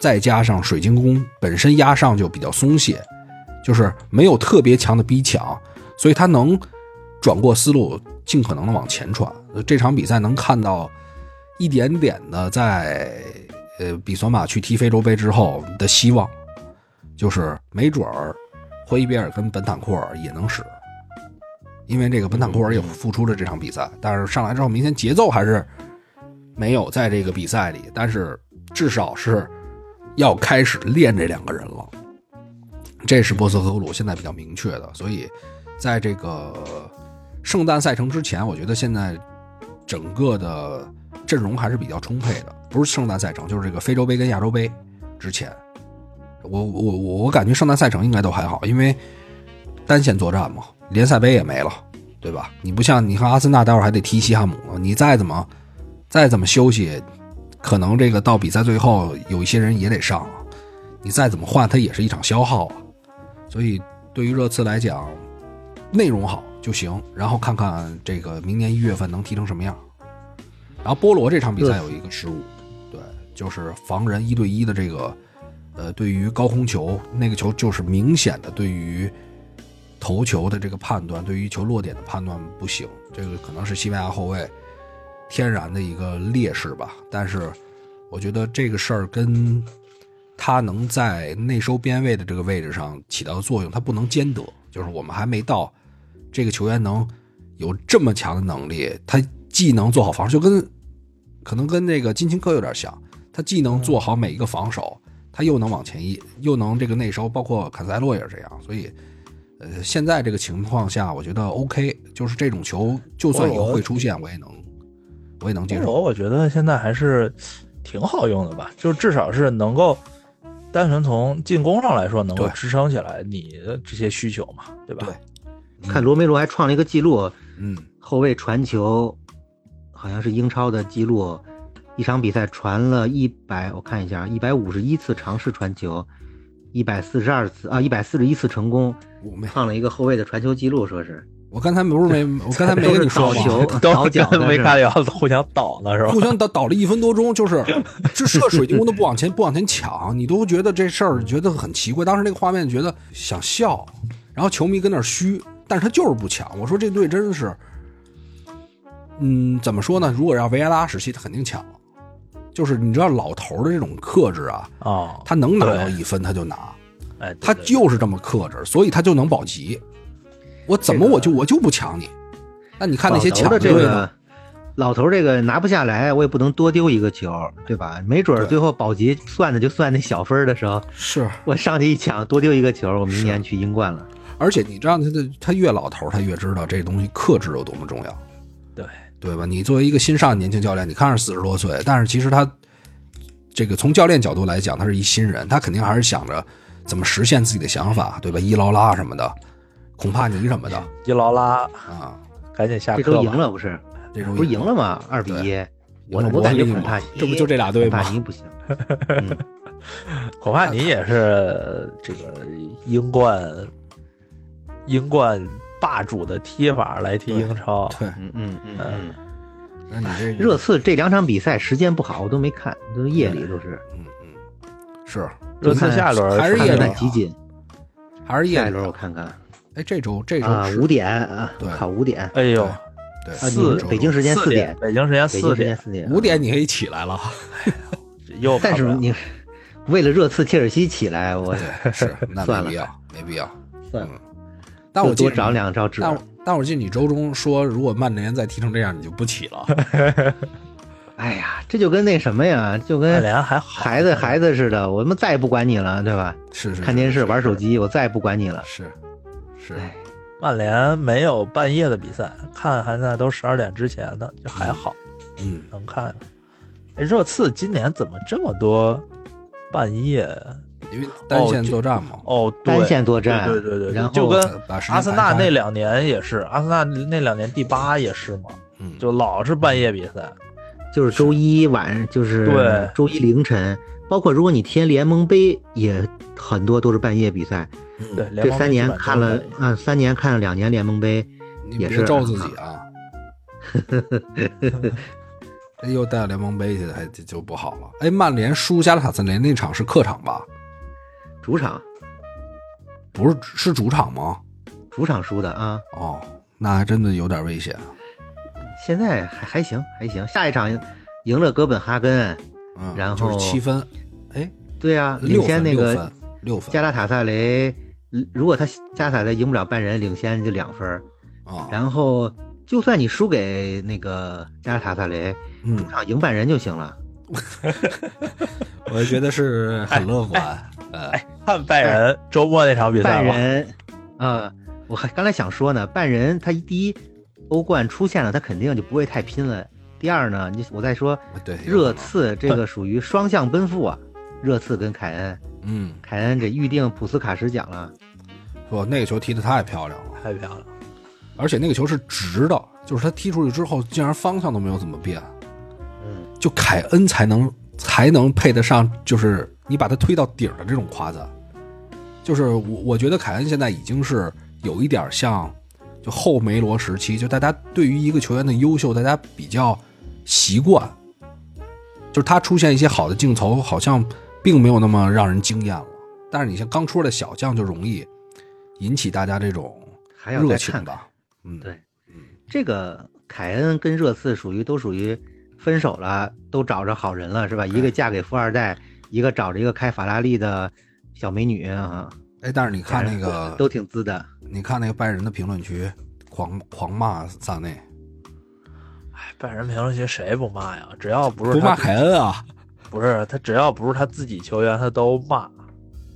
S1: 再加上水晶宫本身压上就比较松懈，就是没有特别强的逼抢，所以他能转过思路，尽可能的往前传。呃这场比赛能看到一点点的在呃比索马去踢非洲杯之后的希望，就是没准儿霍伊比尔跟本坦库尔也能使。因为这个本坦库尔也复出了这场比赛，但是上来之后明显节奏还是没有在这个比赛里，但是至少是要开始练这两个人了。这是波斯和格鲁现在比较明确的，所以在这个圣诞赛程之前，我觉得现在整个的阵容还是比较充沛的，不是圣诞赛程，就是这个非洲杯跟亚洲杯之前，我我我我感觉圣诞赛程应该都还好，因为单线作战嘛，联赛杯也没了，对吧？你不像你看阿森纳，待会儿还得踢西汉姆呢，你再怎么再怎么休息，可能这个到比赛最后有一些人也得上啊，你再怎么换，它也是一场消耗啊。所以对于热刺来讲，内容好就行，然后看看这个明年一月份能踢成什么样。然后波罗这场比赛有一个失误，对，就是防人一对一的这个，呃，对于高空球那个球就是明显的对于头球的这个判断，对于球落点的判断不行，这个可能是西班牙后卫天然的一个劣势吧。但是我觉得这个事儿跟他能在内收边位的这个位置上起到的作用，他不能兼得，就是我们还没到这个球员能有这么强的能力，他既能做好防守，就跟可能跟那个金琴科有点像，他既能做好每一个防守，他又能往前一，又能这个内收，包括坎塞洛也是这样，所以。呃，现在这个情况下，我觉得 OK，就是这种球，就算以后会出现，我也能，我也能接
S4: 菠
S1: 受。
S4: 萝我觉得现在还是挺好用的吧，就至少是能够单纯从进攻上来说，能够
S1: 对
S4: 支撑起来你的这些需求嘛，对吧？
S1: 对
S3: 看罗梅罗还创了一个记录，
S1: 嗯，
S3: 后卫传球，好像是英超的记录，一场比赛传了一百，我看一下，一百五十一次尝试传球，一百四十二次啊，一百四十一次成功，
S1: 我没，
S3: 创了一个后卫的传球记录，说是
S1: 我刚才不是没，我刚才没
S3: 都
S1: 跟
S3: 是
S1: 你说
S3: 倒
S1: 吗？
S3: 球倒
S4: 都
S3: 脚
S4: 跟
S3: 的
S4: 维
S3: 是
S4: 卡
S3: 吧
S4: 里奥互相倒呢是吧
S1: 互？相倒倒了一分多钟，就是 这射水晶宫都不往前不往前抢，你都觉得这事儿觉得很奇怪。当时那个画面觉得想笑，然后球迷跟那儿虚，但是他就是不抢。我说这队真是，嗯，怎么说呢？如果让维埃拉时期，他肯定抢了。就是你知道老头儿的这种克制啊，
S4: 啊，
S1: 他能拿到
S4: 对
S1: 一分他就拿，
S4: 哎，
S1: 他
S4: 对对
S1: 就是这么克制，所以他就能保级。我怎么
S3: 这个
S1: 我就我就不抢你？那你看那些
S3: 老头
S1: 抢
S3: 的这
S1: 队呢？
S3: 个，老头这个拿不下来，我也不能多丢一个球，对吧？没准儿
S1: 对
S3: 最后保级算的就算那小分儿的时候，
S1: 是，
S3: 我上去一抢，多丢一个球，我明年去英冠了。
S1: 而且你知道他的他越老头儿，他越知道这东西克制有多么重要，
S4: 对
S1: 对吧？你作为一个新上的年轻教练，你看是四十多岁，但是其实他这个从教练角度来讲，他是一新人，他肯定还是想着怎么实现自己的想法，对吧？伊劳拉什么的，孔帕尼什么的
S4: 伊劳拉，
S1: 啊，
S4: 赶紧下
S3: 这
S4: 课
S3: 周
S4: 吧
S3: 赢，了不是？
S1: 这种
S3: 哎不是赢了吗？二比一。
S1: 我
S3: 我我
S1: 我
S3: 感觉
S1: 跟你
S3: 孔帕
S1: 讲
S3: 尼，
S1: 这不就这俩队
S3: 孔
S1: 吗
S3: 帕？尼不行。嗯
S4: 恐怕你也是呃这个英冠英冠霸主的踢法来踢英超，
S1: 对，
S3: 嗯嗯嗯嗯。
S1: 那你这个
S3: 热刺这两场比赛时间不好，我都没看，都是夜里都是。
S1: 嗯嗯，是
S4: 热刺下一轮
S1: 还是
S3: 看
S1: 夜
S3: 看
S1: 里
S3: 那
S1: 啊
S3: 集锦，
S1: 还是夜
S3: 下一
S1: 里
S3: 轮我看看
S1: 哎，这周这周
S3: 啊，
S1: 是
S3: 五点啊
S1: 对，
S3: 考五点，
S4: 哎呦，
S1: 对
S3: 啊，你
S4: 四
S3: 们北京时间
S4: 四
S3: 四
S4: 点
S3: 点，，
S4: 北京时间
S3: 北
S4: 四
S3: 京时间
S4: 点，
S3: 四点。
S1: 五点你可以起来了，
S4: 又
S3: 但是
S4: 看不了
S3: 你为了热刺切尔西起来，我
S1: 对，是那
S3: 算
S1: 没
S3: 了
S1: 必要，没必要。
S3: 算
S4: 嗯
S3: 了，
S1: 但我记
S3: 多
S1: 得
S3: 长两招纸。
S1: 但我但我记得你周中说，如果曼联再踢成这样，你就不起 了。
S3: 哎呀，这就跟那什么呀，就
S4: 曼
S3: 跟
S4: 联还
S3: 嗯
S4: 好，
S3: 孩子孩子似的，我们再也不管你了，对吧？
S1: 是是，
S3: 看电视、玩手机，我再也不管你了。
S1: 是是
S3: 哎，
S4: 曼联没有半夜的比赛，看还在都十二点之前的，就还好
S1: 嗯，
S4: 能看。哎热刺今年怎么这么多半夜？
S1: 因为单线作战嘛，呃
S4: 哦，对
S3: 单线作战
S4: 对对对对，
S3: 然后
S4: 就跟
S1: 把时间
S4: 阿森纳
S1: 排开
S4: 那两年也是，阿森纳那两年第八也是嘛，
S1: 嗯，
S4: 就老是半夜比赛。
S3: 就是周一晚，就是
S4: 对
S3: 周一凌晨，包括如果你踢联盟杯，也很多都是半夜比赛。
S1: 嗯
S4: 对，，联
S3: 这
S4: 盟
S3: 三
S4: 杯基
S3: 年
S4: 本
S3: 看了
S4: 都是半夜
S3: 啊，三年看了两年联盟杯，
S1: 你
S3: 也
S1: 别
S3: 是
S1: 咒自己啊。 这啊又带联盟杯去，还就就不好了。哎，曼联输加拉塔斯联那场是客场吧？
S3: 主场
S1: 不是是主场吗？
S3: 主场输的啊。
S1: 哦，那还真的有点危险啊。
S3: 现在还还行还行，下一场赢了哥本哈根，
S1: 嗯，
S3: 然
S1: 就是
S3: 后
S1: 七分，哎，
S3: 对啊，
S1: 六
S3: 领先
S1: 分
S3: 那
S1: 六
S3: 个
S1: 分六分
S3: 加拉塔萨雷，如果他加拉塔萨雷赢不了拜仁，领先就两分儿。
S1: 啊，
S3: 然后就算你输给那个加拉塔萨雷，
S1: 嗯
S3: 主，场赢拜仁就行了。
S1: 我觉得是很乐观。呃，
S4: 看拜仁周末那场比
S3: 拜
S4: 赛吧，
S3: 仁，啊，我还刚才想说呢，拜仁他第一欧冠出现了，他肯定就不会太拼了。第二呢，你我再说
S1: 哎对，有可
S3: 哎热
S1: 能
S3: 刺这个属于双向奔赴啊，热刺跟凯恩，
S1: 嗯，
S3: 凯恩这预定普斯卡什奖了，
S1: 说那个球踢得太漂亮了，
S4: 太漂亮了。
S1: 而且那个球是直的，就是他踢出去之后，竟然方向都没有怎么变，
S3: 嗯，
S1: 就凯恩才能才能配得上，就是你把他推到顶儿的这种夸赞。就是我我觉得凯恩现在已经是有一点像，就后梅罗时期，就大家对于一个球员的优秀，大家比较习惯，就是他出现一些好的镜头，好像并没有那么让人惊艳了。但是你像刚出来的小将就容易引起大家这种
S3: 还要
S1: 热
S3: 再
S1: 情
S3: 看看。
S1: 吧，嗯，
S3: 对，这个凯恩跟热刺属于都属于分手了，都找着好人了，是吧？一个嫁给富二代，一个找着一个开法拉利的小美女啊，
S1: 哎，但是你看那
S3: 俩
S1: 个
S3: 人都挺滋的。
S1: 你看那个拜仁的评论区，狂狂骂萨内，
S4: 哎，拜仁评论区谁不骂呀？只要不是
S1: 不
S4: 他
S1: 骂凯恩啊？
S4: 不是他，只要不是他自己球员，他都骂。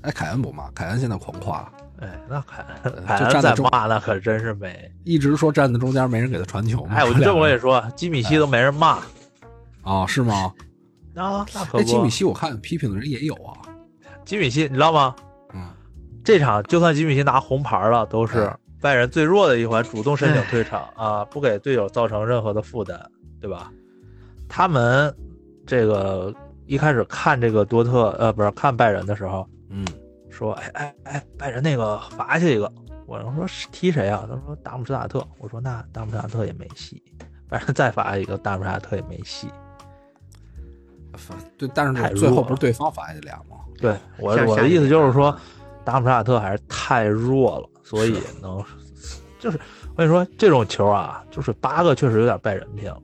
S1: 哎，凯恩不骂，凯恩现在狂夸，
S4: 哎，那凯恩，凯
S1: 就站
S4: 恩
S1: 在
S4: 再
S1: 中
S4: 骂那可真是没。
S1: 一直说站在中间没人给他传球嘛。
S4: 哎，我
S1: 这
S4: 这
S1: 两
S4: 我
S1: 个
S4: 也说，基米
S1: 哎
S4: 希都没人骂
S1: 啊，是吗？
S4: 啊，那可
S1: 哎，
S4: 不。
S1: 基米希我看批评的人也有啊，
S4: 基米希，你知道吗？
S1: 嗯，
S4: 这场就算吉米希拿红牌了，都是
S1: 哎
S4: 拜仁最弱的一环，主动申请退场啊，不给队友造成任何的负担，对吧？他们这个一开始看这个多特，呃，不是看拜仁的时候，
S1: 嗯，
S4: 说，哎哎哎，拜仁那个罚下一个，我说是踢谁啊？他说达姆施塔特，我说那达姆施塔特也没戏，拜仁再罚一个达姆施塔特也没戏。
S1: 反对，但
S4: 太
S1: 是
S4: 弱
S1: 最后
S4: 了
S1: 不是对方罚下去俩吗？
S4: 对我
S3: 下
S4: 我
S3: 下
S4: 的
S3: 一
S4: 意思
S3: 点
S4: 就是
S3: 啊
S4: 说，达姆施塔特还是太弱了，所以能就是我跟你说，这种球啊，就是八个确实有点拜仁拼了。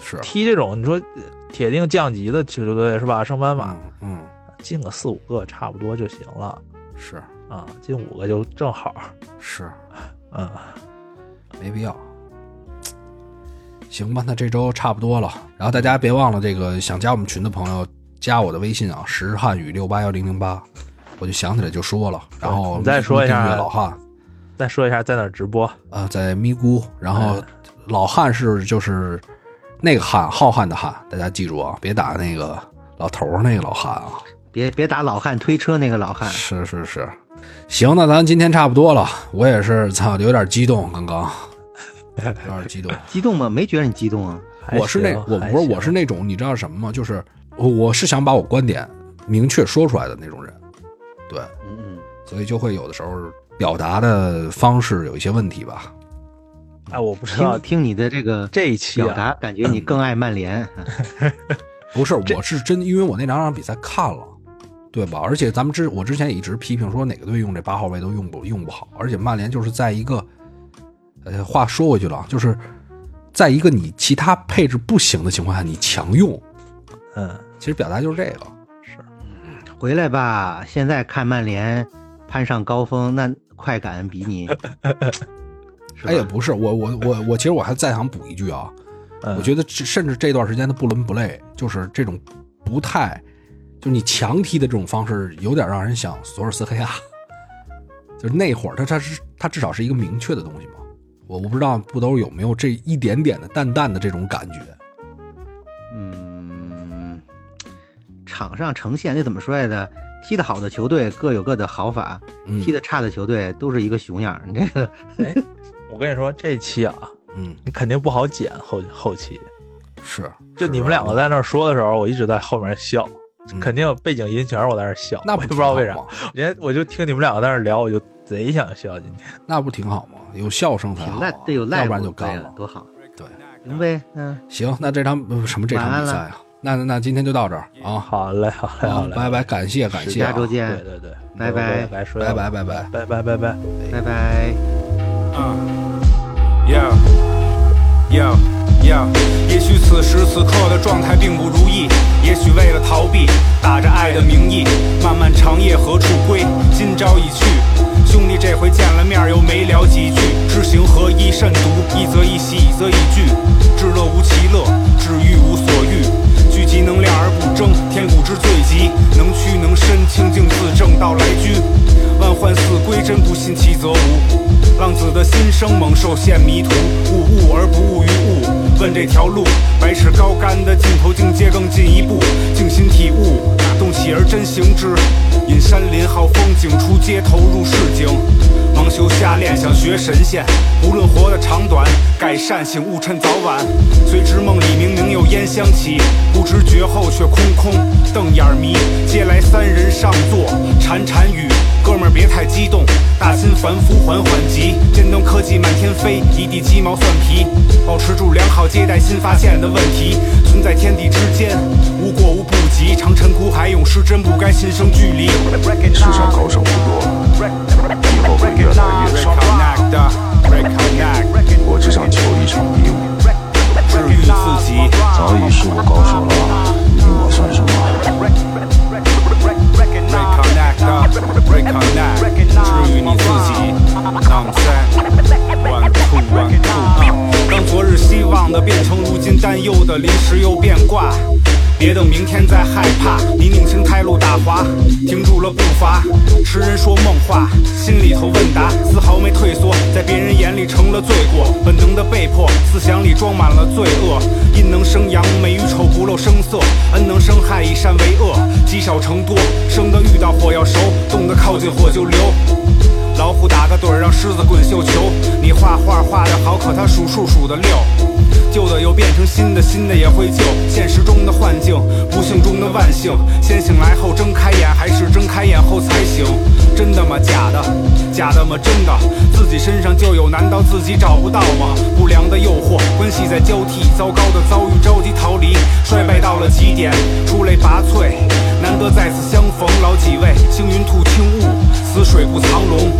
S1: 是，
S4: 踢这种你说呃铁定降级的球队是吧？升班马
S1: 嗯嗯，
S4: 进个四五个差不多就行了
S1: 是
S4: 啊，进五个就正好。
S1: 是，
S4: 嗯，
S1: 没必要。行吧，那这周差不多了。然后大家别忘了，这个想加我们群的朋友，加我的微信啊，时汉语六八幺零零八，我就想起来就说了。然后
S4: 你再说一下
S1: 订阅老汉，
S4: 再说一下在哪儿直播？
S1: 啊，在咪咕，然
S4: 哎
S1: 后老汉是就是那个汉，浩瀚的瀚，大家记住啊，别打那个老头儿那个老汉啊。
S3: 别别打老汉推车那个老
S4: 嗯
S3: 汉，
S1: 是是是，行，那咱今天差不多了，我也是操，有点激动，刚刚有点激动。
S3: 激动吗？没觉得你激动啊？
S4: 还
S1: 我是那
S4: 行
S1: 我
S4: 还
S1: 不是我
S4: 行
S1: 是那种你知道什么吗？就是我是想把我观点明确说出来的那种人，对，
S3: 嗯嗯，
S1: 所以就会有的时候表达的方式有一些问题吧。
S4: 哎，我不知道
S1: 啊
S3: 听听你的这个
S4: 这一期
S3: 表
S4: 啊，
S3: 达，感觉你更爱曼联。
S1: 嗯不是，我是真因为我那两场比赛看了，对吧？而且咱们之我之前也一直批评说哪个队用这八号位都用不用不好，而且曼联就是在一个，呃，话说回去了，就是在一个你其他配置不行的情况下，你强用，
S4: 嗯，
S1: 其实表达就是这个。
S3: 回来吧，现在看曼联攀上高峰，那快感比你，是吧
S1: 哎，也不是，我我我我，其实我还再想补一句啊，
S4: 嗯
S1: 我觉得这甚至这段时间的不伦不类，就是这种不太，就你强踢的这种方式，有点让人想索尔斯克亚。 就是那会儿他，他是他至少是一个明确的东西嘛。我我不知道布兜有没有这一点点的淡淡的这种感觉。
S3: 嗯，场上呈现这怎么说来着？踢得好的球队各有各的好法，
S1: 嗯
S3: 踢得差的球队都是一个熊样儿。你这个
S4: 我跟你说这期啊，
S1: 嗯，
S4: 你肯定不好剪后后期。
S1: 是。
S4: 就是你们两个，在那儿说的时候，我一直在后面笑，
S1: 嗯
S4: 肯定背景音全是我在那儿笑。
S1: 那
S4: 我
S1: 不
S4: 也不知道为
S1: 挺
S4: 啥
S1: 好，吗？
S4: 今天我就听你们两个在那儿聊，我就贼想笑。今天
S1: 那不挺好吗？有笑声才好
S3: 赖
S1: 啊，
S3: 得有赖
S1: 要
S3: 乎，
S1: 不然就干
S3: 对
S1: 了。
S3: 多好。
S1: 对，
S3: 行呗，嗯，
S1: 行，那这场呃什么这场
S3: 晚安
S1: 比
S3: 了
S1: 赛啊？那那那今天就到这儿啊。
S4: 好嘞，好嘞，好
S1: 好，
S4: 嘞，
S1: 拜拜，感谢感谢、
S3: 下
S1: 啊，
S3: 周见，
S4: 对对对，
S3: 拜拜
S4: 拜拜，
S1: 拜拜拜拜。
S4: 拜拜拜拜。
S3: 拜拜。
S2: Yeah, yeah, yeah。也许此时此刻的状态并不如意，也许为了逃避，打着爱的名义，漫漫长夜何处归？今朝已去，兄弟这回见了面又没聊几句，知行合一甚毒，一则一喜，一则一惧，至乐无其乐，至欲无所欲。聚集能量而不争，天古之最极，能屈能伸，清净自正到来居。万幻似归，真不信其则无。浪子的心声猛兽现迷途，悟物而不悟于物。问这条路，百尺高杆的尽头，境界更进一步，静心体悟，动气而真行之。引山林好风景，出街头入市井。蒙羞瞎练，想学神仙，无论活的长短，改善请勿趁早晚。随之梦里明明有烟香起，不知觉后却空空，瞪眼儿迷。接来三人上座，潺潺语，哥们儿别太激动，大心凡夫缓缓急。尖端科技满天飞，一地鸡毛蒜皮。保持住良好接待，新发现的问题存在天地之间，无过无不及。长城苦海永失真，不该心生距离。
S5: 世上高手不多，以后会越来越少。我只想求一场比武，
S2: 治愈自己。
S5: 早已是我高手了，你我算什么？
S2: reconnect up, reconnect，治愈你自己。Nonsense, one two uh. one two。当昨日希望的变成如今担忧的，临时又变卦。别等明天再害怕，你拧清开路大滑，停住了步伐。痴人说梦话，心里头问答，丝毫没退缩，在别人眼里成了罪过，本能的被迫，思想里装满了罪恶。阴能生阳，美与丑不露声色；恩能生害，以善为恶，积少成多。生的遇到火要熟，动的靠近火就流。老虎打个盹儿，让狮子滚绣球。你画画画得好，可他数数数的溜。旧的又变成新的，新的也会旧。现实中的幻境，不幸中的万幸。先醒来后睁开眼，还是睁开眼后才醒？真的吗？假的？假的吗？真的？自己身上就有，难道自己找不到吗？不良的诱惑，关系在交替，糟糕的遭遇，着急逃离，衰败到了极点，出类拔萃。难得再次相逢，老几位，星云吐青雾。死水不藏龙，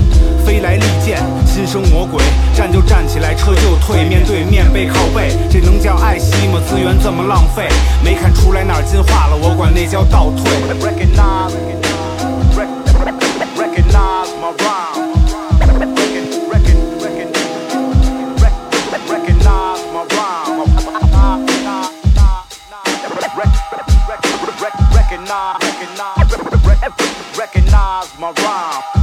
S2: 飞来利剑，心生魔鬼。站就站起来，撤就退，面对面背靠背，这能叫爱惜吗？资源这么浪费，没看出来哪儿进化了，我管那叫倒退。
S6: Recognize, rec- recognize my rhyme. Recon- recon- recon- rec- recognize my rhyme. Rec- rec- rec- recognize- recognize- rec- recognize my rhyme.